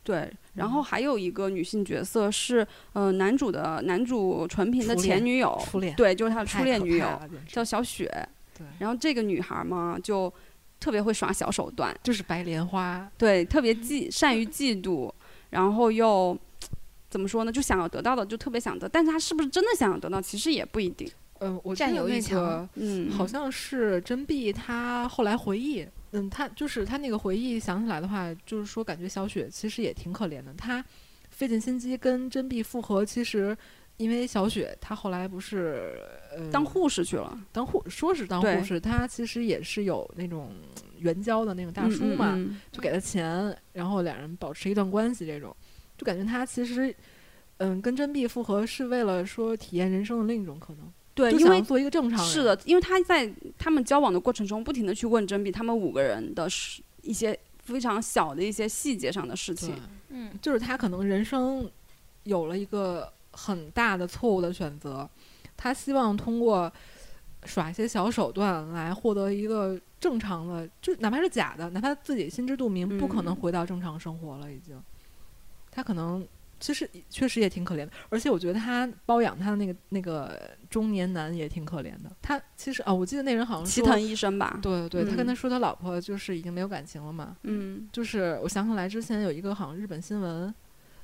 [SPEAKER 1] 对，然
[SPEAKER 3] 嗯
[SPEAKER 1] 后还有一个女性角色是，呃，男主的男主纯平的
[SPEAKER 3] 初
[SPEAKER 1] 前
[SPEAKER 3] 恋
[SPEAKER 1] 女 友，
[SPEAKER 3] 初恋
[SPEAKER 1] 哦对，就是他的
[SPEAKER 3] 太
[SPEAKER 1] 初恋
[SPEAKER 3] 可
[SPEAKER 1] 女
[SPEAKER 3] 怕
[SPEAKER 1] 友
[SPEAKER 3] 了简直
[SPEAKER 1] 叫小雪。
[SPEAKER 3] 对
[SPEAKER 1] 然后这个女孩嘛，就特别会耍小手段，
[SPEAKER 3] 就是白莲花，
[SPEAKER 1] 对，特
[SPEAKER 3] 嗯
[SPEAKER 1] 别嫉善于嫉妒，然后又怎么说呢，就想要得到的就特别想得，但是她是不是真的想要得到，其实也不一定。
[SPEAKER 3] 嗯，我记
[SPEAKER 2] 占
[SPEAKER 3] 得
[SPEAKER 2] 有欲
[SPEAKER 3] 那
[SPEAKER 2] 强
[SPEAKER 3] 个
[SPEAKER 1] 嗯，
[SPEAKER 3] 好像是甄碧，她后来回忆，嗯，她就是她那个回忆想起来的话，就是说感觉小雪其实也挺可怜的，她费尽心机跟甄碧复合，其实因为小雪她后来不是呃
[SPEAKER 1] 当护士去了，
[SPEAKER 3] 当护说是当
[SPEAKER 1] 对
[SPEAKER 3] 护士，她其实也是有那种援交的那种大
[SPEAKER 1] 嗯
[SPEAKER 3] 叔
[SPEAKER 1] 嗯
[SPEAKER 3] 嘛，
[SPEAKER 1] 嗯
[SPEAKER 3] 就给她钱，然后两人保持一段关系，这种就感觉她其实。嗯，跟甄碧复合是为了说体验人生的另一种可能，
[SPEAKER 1] 对，
[SPEAKER 3] 就
[SPEAKER 1] 因为
[SPEAKER 3] 想做一个正常人。
[SPEAKER 1] 是的，因为他在他们交往的过程中，不停的去问甄比他们五个人的事一些非常小的一些细节上的事
[SPEAKER 3] 对
[SPEAKER 1] 情。
[SPEAKER 2] 嗯，
[SPEAKER 3] 就是他可能人生有了一个很大的错误的选择，他希望通过耍一些小手段来获得一个正常的，就是哪怕是假的，哪怕自己心知肚明，不可能
[SPEAKER 1] 嗯
[SPEAKER 3] 回到正常生活了，已经。他可能其实确实也挺可怜的，而且我觉得他包养他的那个那个中年男也挺可怜的。他其实啊、我记得那人好像
[SPEAKER 1] 齐
[SPEAKER 3] 说
[SPEAKER 1] 藤医生吧，
[SPEAKER 3] 对对对，他跟
[SPEAKER 1] 嗯
[SPEAKER 3] 他说他老婆就是已经没有感情了嘛，
[SPEAKER 1] 嗯
[SPEAKER 3] 就是我想起来之前有一个好像日本新闻，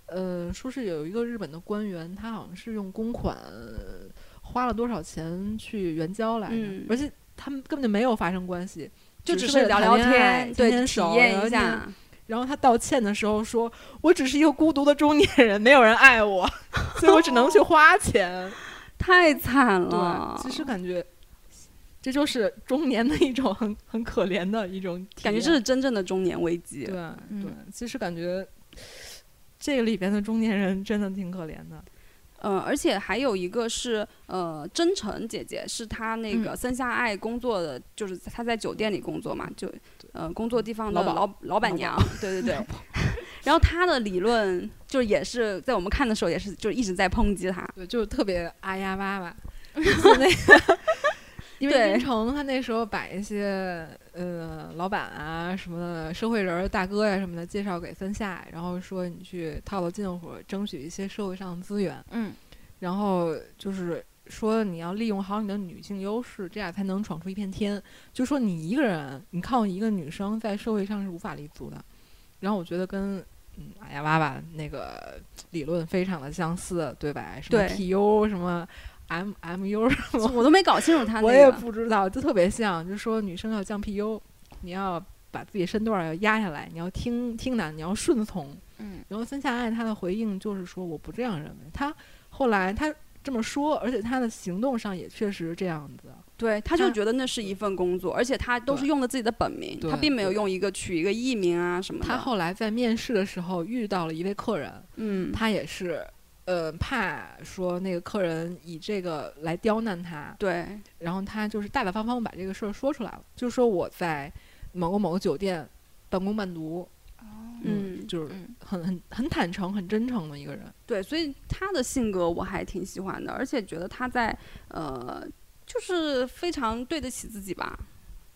[SPEAKER 3] 呃，说是有一个日本的官员，他好像是用公款呃花了多少钱去援交来着，
[SPEAKER 1] 嗯
[SPEAKER 3] 而且他们根本就没有发生关系，
[SPEAKER 1] 就
[SPEAKER 3] 只
[SPEAKER 1] 只
[SPEAKER 3] 是为
[SPEAKER 1] 是
[SPEAKER 3] 了
[SPEAKER 1] 聊聊
[SPEAKER 3] 谈恋爱
[SPEAKER 1] 天，
[SPEAKER 3] 牵
[SPEAKER 1] 对，
[SPEAKER 3] 牵
[SPEAKER 1] 体
[SPEAKER 3] 手
[SPEAKER 1] 验
[SPEAKER 3] 聊
[SPEAKER 1] 一
[SPEAKER 3] 聊天
[SPEAKER 1] 下。
[SPEAKER 3] 然后他道歉的时候说：“我只是一个孤独的中年人，没有人爱我，所以我只能去花钱。
[SPEAKER 1] 太惨了
[SPEAKER 3] 对，，其实感觉这就是中年的一种很很可怜的一种体
[SPEAKER 1] 感觉
[SPEAKER 3] 验
[SPEAKER 1] 这是真正的中年危机。
[SPEAKER 3] 对对
[SPEAKER 2] 嗯，
[SPEAKER 3] 其实感觉这个里边的中年人真的挺可怜的。
[SPEAKER 1] 呃，而且还有一个是呃，真诚姐姐是她那
[SPEAKER 3] 嗯
[SPEAKER 1] 个森下爱工作的，就是她在酒店里工作嘛，就呃工作地方的
[SPEAKER 3] 老板
[SPEAKER 1] 老老板
[SPEAKER 3] 老板
[SPEAKER 1] 娘，对对对。 然后她的理论就是也是在我们看的时候也是就一直在抨击 她，
[SPEAKER 3] 对，就是特别啊呀哇哇，就是那个，因为
[SPEAKER 1] 对
[SPEAKER 3] 金城他那时候把一些呃老板啊什么的社会人儿大哥呀、什么的介绍给森下，然后说你去套套近乎，争取一些社会上的资源，
[SPEAKER 2] 嗯，
[SPEAKER 3] 然后就是。说你要利用好你的女性优势，这样才能闯出一片天。就说你一个人，你靠一个女生在社会上是无法立足的。然后我觉得跟嗯哎呀娃娃那个理论非常的相似，对吧？什么
[SPEAKER 1] 对
[SPEAKER 3] PU 什么，M，M MMU 什么，
[SPEAKER 1] 我都没搞清楚她 那个。
[SPEAKER 3] 我也不知啊道，就特别像，就说女生要降 PU，你要把自己身段要压下来，你要听听男，你要顺从。
[SPEAKER 2] 嗯，
[SPEAKER 3] 然后森下爱她的回应就是说我不这样认为，她后来她这么说，而且她的行动上也确实这样子。
[SPEAKER 1] 对，他就
[SPEAKER 3] 她
[SPEAKER 1] 觉得那是一份工作，而且他都是
[SPEAKER 3] 对
[SPEAKER 1] 用了自己的本名，
[SPEAKER 3] 对
[SPEAKER 1] 他并没有
[SPEAKER 3] 对
[SPEAKER 1] 用一个取一个艺名啊什么的。
[SPEAKER 3] 她后来在面试的时候遇到了一位客人，
[SPEAKER 1] 嗯，
[SPEAKER 3] 她也是。呃，怕说那个客人以这个来刁难她，
[SPEAKER 1] 对，
[SPEAKER 3] 然后他就是大大方方把这个事儿说出来了，就说我在某个某个酒店半工半读，
[SPEAKER 1] 嗯，
[SPEAKER 3] 就
[SPEAKER 2] 哦
[SPEAKER 3] 是
[SPEAKER 2] 嗯
[SPEAKER 3] 很很很坦诚、很真诚的一个人。
[SPEAKER 1] 对，所以他的性格我还挺喜欢的，而且觉得他在呃，就是非常对得起自己吧，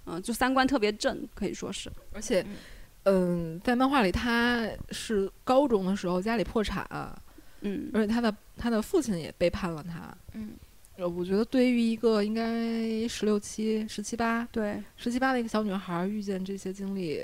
[SPEAKER 1] 嗯、就三观特别正，可以说是。
[SPEAKER 3] 而且，嗯、在漫画里他是高中的时候家里破产，啊
[SPEAKER 1] 嗯，
[SPEAKER 3] 而且他的他的父亲也背叛了他。
[SPEAKER 2] 嗯
[SPEAKER 3] 呃，我觉得对于一个应该十六七、十七八、
[SPEAKER 1] 对，
[SPEAKER 3] 十七八的一个小女孩儿遇见这些经历，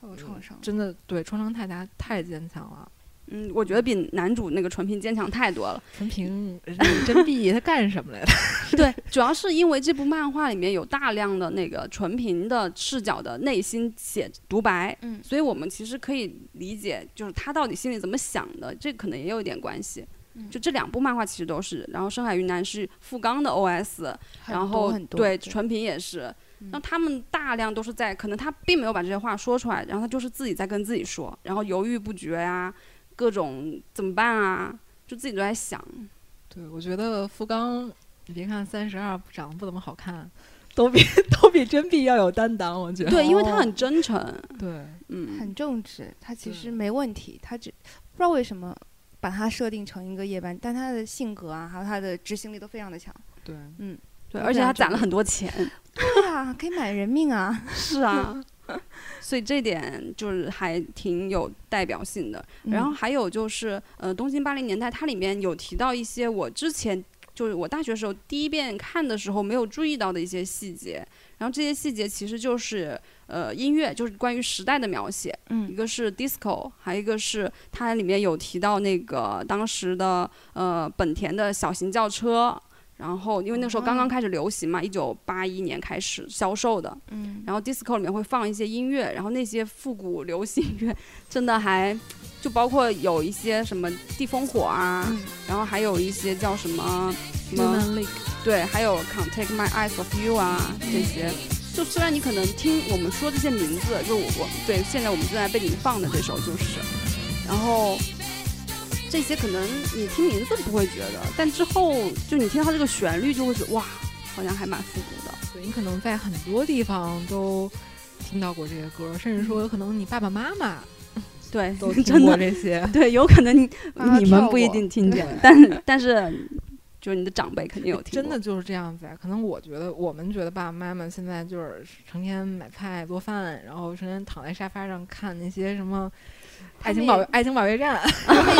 [SPEAKER 2] 还有创伤，
[SPEAKER 3] 真的对创伤太大、太坚强了。
[SPEAKER 1] 嗯，我觉得比男主那个纯平坚强太多了。
[SPEAKER 3] 纯凭呃真碧他干什么来着？
[SPEAKER 1] 对，主要是因为这部漫画里面有大量的那个纯平的视角的内心写独白，
[SPEAKER 2] 嗯
[SPEAKER 1] 所以我们其实可以理解，就是他到底心里怎么想的，这可能也有一点关系。
[SPEAKER 2] 嗯
[SPEAKER 1] 就这两部漫画其实都是，然后《深海云南》是富冈的 OS，
[SPEAKER 2] 很
[SPEAKER 1] 然
[SPEAKER 2] 多
[SPEAKER 1] 后
[SPEAKER 2] 很多
[SPEAKER 1] 对纯平也是，
[SPEAKER 2] 嗯
[SPEAKER 1] 那他们大量都是在，可能他并没有把这些话说出来，然后他就是自己在跟自己说，然后犹豫不决呀、各种怎么办啊，就自己都在想。
[SPEAKER 3] 对，我觉得富冈，你别看三十二长得不怎么好看，
[SPEAKER 4] 都 比都比真碧要有担当，我觉得。
[SPEAKER 1] 对，因为他很真诚，
[SPEAKER 3] 对，
[SPEAKER 1] 嗯，
[SPEAKER 2] 很正直，他其实
[SPEAKER 3] 对
[SPEAKER 2] 没问题，他只不知道为什么把他设定成一个夜班，但他的性格啊，还有他的执行力都非常的强。
[SPEAKER 3] 对，
[SPEAKER 1] 对，啊而且他攒了很多钱，
[SPEAKER 2] 对啊，可以买人命啊！
[SPEAKER 1] 是啊，所以这点就是还挺有代表性的。然后还有就是，呃，《东京八零年代》它里面有提到一些我之前就是我大学时候第一遍看的时候没有注意到的一些细节，然后这些细节其实就是呃音乐，就是关于时代的描写，一
[SPEAKER 2] 嗯，
[SPEAKER 1] 个是 disco，还有一个是它里面有提到那个当时的呃本田的小型轿车。然后，因为那时候刚刚开始流行嘛，一九八一年开始销售的。
[SPEAKER 2] 嗯
[SPEAKER 1] 然后 disco 里面会放一些音乐，然后那些复古流行乐真的还就包括有一些什么地烽火啊，
[SPEAKER 2] 嗯
[SPEAKER 1] 然后还有一些叫什么什么
[SPEAKER 3] Human League
[SPEAKER 1] 对，还有 Can't Take My Eyes Off You 啊这些。就虽然你可能听我们说这些名字，就我我对现在我们正在被你们放的这首就是，然后这些可能你听名字不会觉得，但之后就你听到这个旋律就会觉得哇，好像还蛮复古的。
[SPEAKER 3] 对你可能在很多地方都听到过这些歌，甚至说有可能你爸爸妈妈
[SPEAKER 1] 对，
[SPEAKER 3] 都
[SPEAKER 1] 真
[SPEAKER 3] 听过
[SPEAKER 1] 的
[SPEAKER 3] 这些。
[SPEAKER 1] 对，有可能你
[SPEAKER 2] 啊
[SPEAKER 1] 你们
[SPEAKER 2] 跳
[SPEAKER 1] 不一
[SPEAKER 2] 过
[SPEAKER 1] 定听见，但但是就是你的长辈肯定有听
[SPEAKER 3] 真
[SPEAKER 1] 过。
[SPEAKER 3] 的就是这样子啊！可能我觉得，我们觉得爸爸妈妈现在就是成天买菜做饭，然后成天躺在沙发上看那些什么《爱情保卫爱情保卫 战》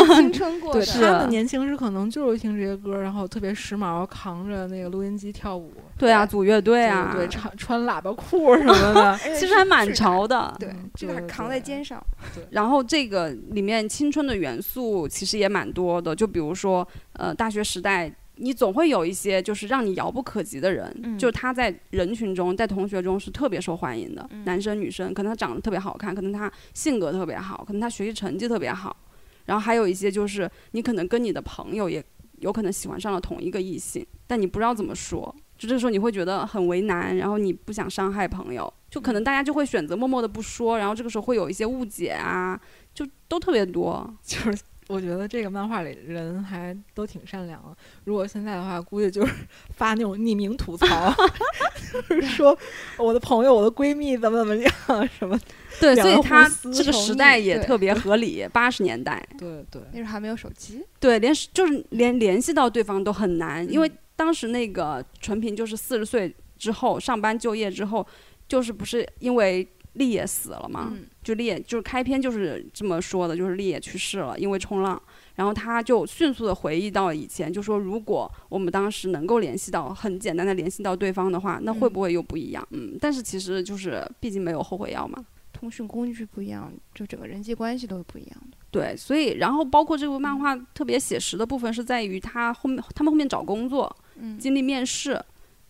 [SPEAKER 2] 青春过
[SPEAKER 3] 对，
[SPEAKER 2] 的，，
[SPEAKER 1] 是
[SPEAKER 3] 他们年轻时可能就是听这些歌，然后特别时髦，扛着那个录音机跳舞，
[SPEAKER 1] 对啊，组乐队
[SPEAKER 3] 对
[SPEAKER 1] 啊，
[SPEAKER 3] 对，穿穿喇叭裤什么的
[SPEAKER 2] 而且
[SPEAKER 1] 其实
[SPEAKER 2] 是
[SPEAKER 1] 还蛮
[SPEAKER 2] 巨大，
[SPEAKER 1] 潮的。
[SPEAKER 2] 对
[SPEAKER 3] 嗯，
[SPEAKER 2] 这个还
[SPEAKER 3] 对
[SPEAKER 2] 扛在肩上，
[SPEAKER 1] 然后这个里面青春的元素其实也蛮多的，就比如说，呃，大学时代你总会有一些就是让你遥不可及的人，
[SPEAKER 2] 嗯
[SPEAKER 1] 就是他在人群中，在同学中是特别受欢迎的，
[SPEAKER 2] 嗯
[SPEAKER 1] 男生女生，可能他长得特别好看，可能他性格特别好，可能他学习成绩特别好，然后还有一些就是你可能跟你的朋友也有可能喜欢上了同一个异性，但你不知道怎么说。就这时候你会觉得很为难，然后你不想伤害朋友，就可能大家就会选择默默的不说，然后这个时候会有一些误解啊，就都特别多。
[SPEAKER 3] 就是。我觉得这个漫画里人还都挺善良的。如果现在的话，估计就是 发那种匿名吐槽， 就是说我的朋友、我的闺蜜怎么怎么样什么。
[SPEAKER 1] 对，
[SPEAKER 3] 两
[SPEAKER 1] 所以
[SPEAKER 3] 个
[SPEAKER 1] 他
[SPEAKER 3] 互撕
[SPEAKER 1] 这个
[SPEAKER 3] 同
[SPEAKER 1] 时
[SPEAKER 3] 意
[SPEAKER 1] 代也
[SPEAKER 2] 对
[SPEAKER 1] 特别合 理。八十年代，
[SPEAKER 3] 对对，
[SPEAKER 2] 那时候还没有手机，
[SPEAKER 1] 对，连就是连联系到对方都很难，因为
[SPEAKER 2] 嗯
[SPEAKER 1] 当时那个纯平就是四十岁之后上班就业之后，就是不是因为立也死了嘛，
[SPEAKER 2] 嗯
[SPEAKER 1] 就立也就是开篇就是这么说的，就是立也去世了，因为冲浪。然后他就迅速的回忆到以前，就说如果我们当时能够联系到，很简单的联系到对方的话，那会
[SPEAKER 2] 嗯
[SPEAKER 1] 不会又不一样？嗯，但是其实就是毕竟没有后悔药嘛，
[SPEAKER 2] 通讯工具不一样，就整个人际关系都是不一样的。
[SPEAKER 1] 对，所以然后包括这部漫画特别写实的部分是在于他后面他们后面找工作，
[SPEAKER 2] 嗯，
[SPEAKER 1] 经历面试，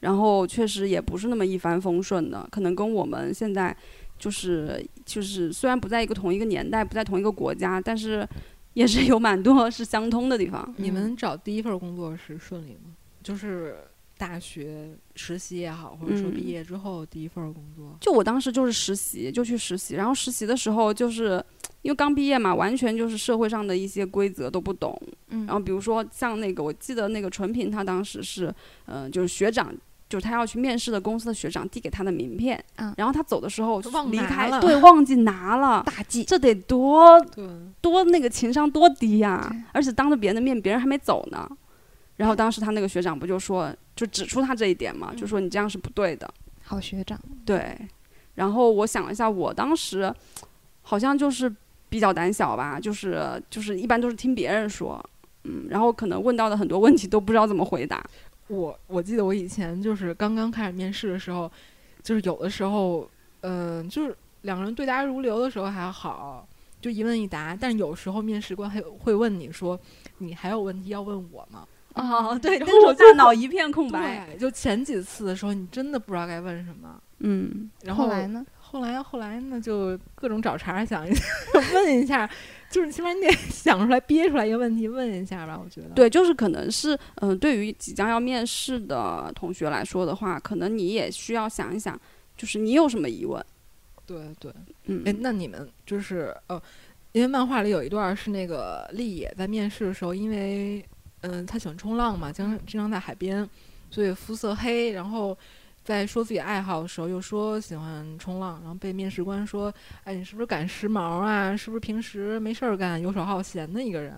[SPEAKER 1] 然后确实也不是那么一帆风顺的，可能跟我们现在就是就是虽然不在一个同一个年代，不在同一个国家，但是 也是有蛮多是相通的地方。
[SPEAKER 3] 你们找第一份工作是顺利吗？就是大学实习也好，或者说
[SPEAKER 1] 嗯
[SPEAKER 3] 毕业之后第一份工作，
[SPEAKER 1] 就我当时就是实习，就去实习，然后实习的时候就是因为刚毕业嘛，完全就是社会上的一些规则都不懂，
[SPEAKER 2] 嗯，
[SPEAKER 1] 然后比如说像那个，我记得那个纯平，他当时是，呃，就是学长，就是他要去面试的公司的学长递给他的名片，
[SPEAKER 2] 嗯
[SPEAKER 1] 然后他走的时候
[SPEAKER 3] 忘
[SPEAKER 1] 离
[SPEAKER 3] 拿
[SPEAKER 1] 开，
[SPEAKER 3] 了
[SPEAKER 1] 对，忘记拿了，
[SPEAKER 2] 大忌，
[SPEAKER 1] 这得多
[SPEAKER 3] 对，
[SPEAKER 1] 多那个情商多低呀、
[SPEAKER 2] 对
[SPEAKER 1] 而且当着别人的面，别人还没走呢。然后当时他那个学长不就说，就指出他这一点嘛，就说你这样是不对的。
[SPEAKER 2] 好学长，
[SPEAKER 1] 对，然后我想了一下，我当时好像就是比较胆小吧，就是就是一般都是听别人说，嗯，然后可能问到的很多问题都不知道怎么回答。
[SPEAKER 3] 我我记得我以前就是刚刚开始面试的时候，就是有的时候，嗯、就是两个人对答如流的时候还好，就一问一答。但有时候面试官还有会问你说，你还有问题要问我吗？
[SPEAKER 1] 哦，对，
[SPEAKER 3] 然
[SPEAKER 1] 那
[SPEAKER 3] 后
[SPEAKER 1] 时
[SPEAKER 3] 我
[SPEAKER 1] 候
[SPEAKER 3] 就
[SPEAKER 1] 大脑一片空白。
[SPEAKER 3] 对，就前几次的时候，你真的不知道该问什么。
[SPEAKER 1] 嗯，
[SPEAKER 3] 然后
[SPEAKER 2] 后来呢？
[SPEAKER 3] 后来后来呢，就各种找茬儿，想一下 问一下，就是你起码你得 想出来、憋出来一个问题问一下吧，我觉得。，
[SPEAKER 1] 对，就是可能是，嗯、对于即将要面试的同学来说的话，可能你也需要想一想，就是你有什么疑问，
[SPEAKER 3] 对对。
[SPEAKER 1] 嗯，
[SPEAKER 3] 哎，那你们就是哦，因为漫画里有一段是那个丽野在面试的时候，因为嗯、呃她喜欢冲浪嘛，经常经常在海边，所以肤色黑，然后。在说自己爱好的时候，又说喜欢冲浪，然后被面试官说：“哎，你是不是赶时髦啊？是不是平时没事儿干、游手好闲的一个人？”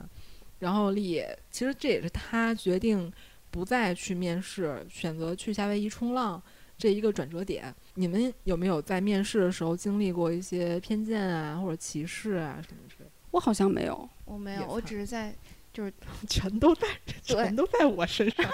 [SPEAKER 3] 然后丽野其实这也是她决定不再去面试，选择去夏威夷冲浪这一个转折点。你们有没有在面试的时候经历过一些偏见啊，或者歧视啊什么之类的？
[SPEAKER 1] 我好像没有，
[SPEAKER 2] 我没有，
[SPEAKER 3] 也
[SPEAKER 2] 我
[SPEAKER 3] 算
[SPEAKER 2] 只是 在
[SPEAKER 3] 全都在，
[SPEAKER 2] 对
[SPEAKER 3] 全都在我身上。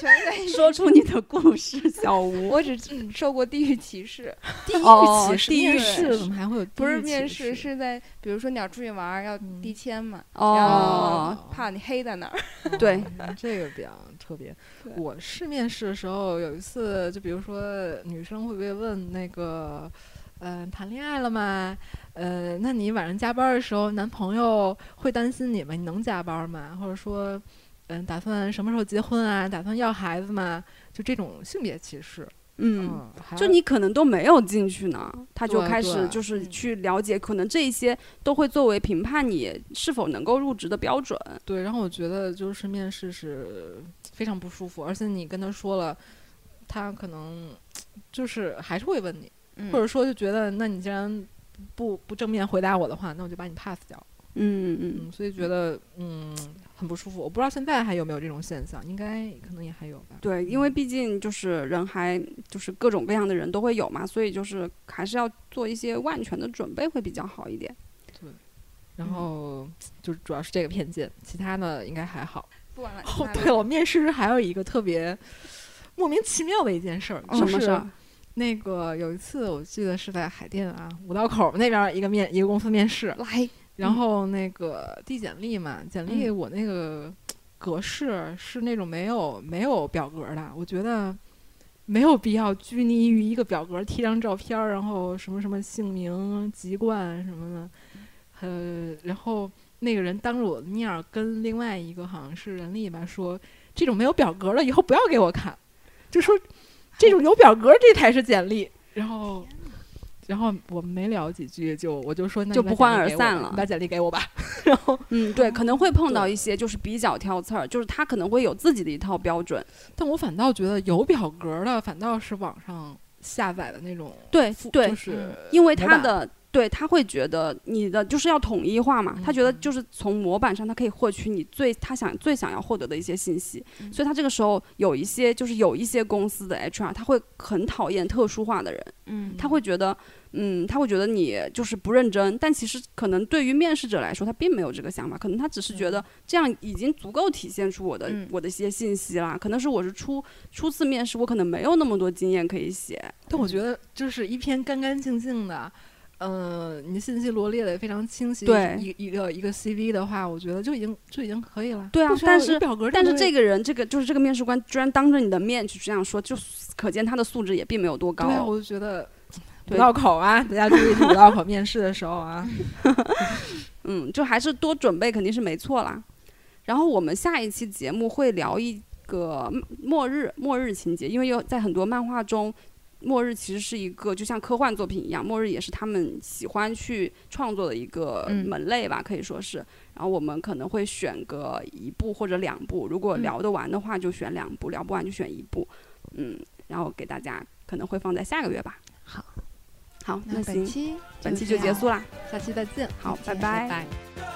[SPEAKER 2] 全是在
[SPEAKER 1] 说出你的故事，小 吴。
[SPEAKER 2] 我只只受过地域歧视，
[SPEAKER 3] 地域
[SPEAKER 1] 哦
[SPEAKER 3] 歧视，
[SPEAKER 1] 地域
[SPEAKER 3] 面
[SPEAKER 1] 歧
[SPEAKER 3] 试
[SPEAKER 1] 视
[SPEAKER 3] 怎么还会有地域歧视？
[SPEAKER 2] 不是面试，是在比如说你要出去玩儿要
[SPEAKER 3] 嗯
[SPEAKER 2] 递签嘛，然后
[SPEAKER 1] 哦，
[SPEAKER 2] 怕你黑在那儿，
[SPEAKER 3] 哦
[SPEAKER 1] 对，
[SPEAKER 3] 这个比较特别
[SPEAKER 2] 对。
[SPEAKER 3] 我是面试的时候有一次，就比如说女生会不会问那个，呃，谈恋爱了吗？呃，那你晚上加班的时候，男朋友会担心你吗？你能加班吗？或者说，嗯、打算什么时候结婚啊？打算要孩子吗？就这种性别歧视。
[SPEAKER 1] 嗯，，
[SPEAKER 3] 还
[SPEAKER 1] 就你可能都没有进去呢，他就
[SPEAKER 3] 啊对
[SPEAKER 1] 开
[SPEAKER 3] 对
[SPEAKER 1] 始就是
[SPEAKER 2] 嗯
[SPEAKER 1] 去了解，可能这一些都会作为评判你是否能够入职的标准。
[SPEAKER 3] 对，然后我觉得就是面试是非常不舒服，而且你跟他说了，他可能就是还是会问你，
[SPEAKER 2] 嗯
[SPEAKER 3] 或者说就觉得，那你既然不不正面回答我的话，那我就把你 pass 掉。
[SPEAKER 1] 嗯嗯
[SPEAKER 3] 嗯，所以觉得嗯很不舒服。我不知道现在还有没有这种现象，应该可能也还有吧。
[SPEAKER 1] 对，因为毕竟就是人还就是各种各样的人都会有嘛，所以就是还是要做一些万全的准备会比较好一点。嗯
[SPEAKER 3] 然后就主要是这个偏见，其他的应该还好。
[SPEAKER 2] 不管了。
[SPEAKER 3] 哦，
[SPEAKER 2] 那
[SPEAKER 3] 对了，我面试时还有一个特别莫名其妙的一件事儿，就
[SPEAKER 1] 哦什么
[SPEAKER 3] 嗯是
[SPEAKER 1] 事儿？
[SPEAKER 3] 那个有一次，我记得是在海淀啊五道口那边儿一个面一个公司面试，
[SPEAKER 2] 来，
[SPEAKER 1] 嗯
[SPEAKER 3] 然后那个递简历嘛，简历我那个格式是那种没有没有表格的，我觉得没有必要拘泥于一个表格，贴张照片儿，然后什么什么姓名、籍贯什么的，呃，然后那个人当着我的面儿跟另外一个好像是人力吧说，这种没有表格的以后不要给我看，就说这种有表格这才是简历，然后。然后我们没聊几句，就我就说那你
[SPEAKER 1] 就
[SPEAKER 3] 把
[SPEAKER 1] 不
[SPEAKER 3] 简
[SPEAKER 1] 欢
[SPEAKER 3] 历
[SPEAKER 1] 而
[SPEAKER 3] 给我
[SPEAKER 1] 散
[SPEAKER 3] 吧
[SPEAKER 1] 了
[SPEAKER 3] 你把简历给我吧。然后，
[SPEAKER 1] 嗯，对，可能会碰到
[SPEAKER 3] 对
[SPEAKER 1] 一些就是比较挑刺儿，就是他可能会有自己的一套标准。
[SPEAKER 3] 但我反倒觉得有表格的，反倒是网上下载的那种
[SPEAKER 1] 对
[SPEAKER 3] 复，
[SPEAKER 1] 对
[SPEAKER 3] 就，是
[SPEAKER 1] 因为
[SPEAKER 3] 模
[SPEAKER 1] 他
[SPEAKER 3] 板
[SPEAKER 1] 的对他会觉得你的就是要统一化嘛，他觉得
[SPEAKER 3] 嗯
[SPEAKER 1] 就是从模板上他可以获取你最他想最想要获得的一些信息，
[SPEAKER 3] 嗯
[SPEAKER 1] 所以他这个时候有一些就是有一些公司的 HR 他会很讨厌特殊化的人，
[SPEAKER 2] 嗯，
[SPEAKER 1] 他会觉得嗯他会觉得你就是不认真，但其实可能对于面试者来说他并没有这个想法，可能他只是觉
[SPEAKER 3] 嗯
[SPEAKER 1] 得这样已经足够体现出我的、
[SPEAKER 2] 嗯
[SPEAKER 1] 我的一些信息啦，可能是我是初初次面试，我可能没有那么多经验可以写，
[SPEAKER 3] 但我觉得就是一篇干干净净的，呃，你信息罗列的非常清晰，
[SPEAKER 1] 对
[SPEAKER 3] 一一个一个 CV 的话，我觉得就已经就已经可以了。
[SPEAKER 1] 对啊
[SPEAKER 3] 不需要
[SPEAKER 1] 但
[SPEAKER 3] 有
[SPEAKER 1] 是
[SPEAKER 3] 表格，
[SPEAKER 1] 但是这
[SPEAKER 3] 个
[SPEAKER 1] 个人，这个就是这个面试官，居然当着你的面去这样说，就可见他的素质也并没有多高。
[SPEAKER 3] 对啊，我就觉得五
[SPEAKER 1] 对
[SPEAKER 3] 道口啊，大家注意去五道口面试的时候啊，
[SPEAKER 1] 嗯，就还是多准备肯定是没错啦。然后我们下一期节目会聊一个末日末日情节，因为有在很多漫画中，末日其实是一个就像科幻作品一样，末日也是他们喜欢去创作的一个
[SPEAKER 2] 嗯
[SPEAKER 1] 门类吧，可以说是。然后我们可能会选个一部或者两部，如果
[SPEAKER 2] 嗯
[SPEAKER 1] 聊得完的话就选两部，聊不完就选一部。嗯，然后给大家可能会放在下个月吧。
[SPEAKER 2] 好，
[SPEAKER 1] 好，那
[SPEAKER 2] 那本
[SPEAKER 1] 行，
[SPEAKER 2] 期
[SPEAKER 1] 本期
[SPEAKER 2] 这
[SPEAKER 1] 就结
[SPEAKER 2] 样，
[SPEAKER 1] 束啦。
[SPEAKER 3] 下期再见。
[SPEAKER 1] 好，
[SPEAKER 2] 再见
[SPEAKER 1] 拜
[SPEAKER 3] 拜。
[SPEAKER 2] 拜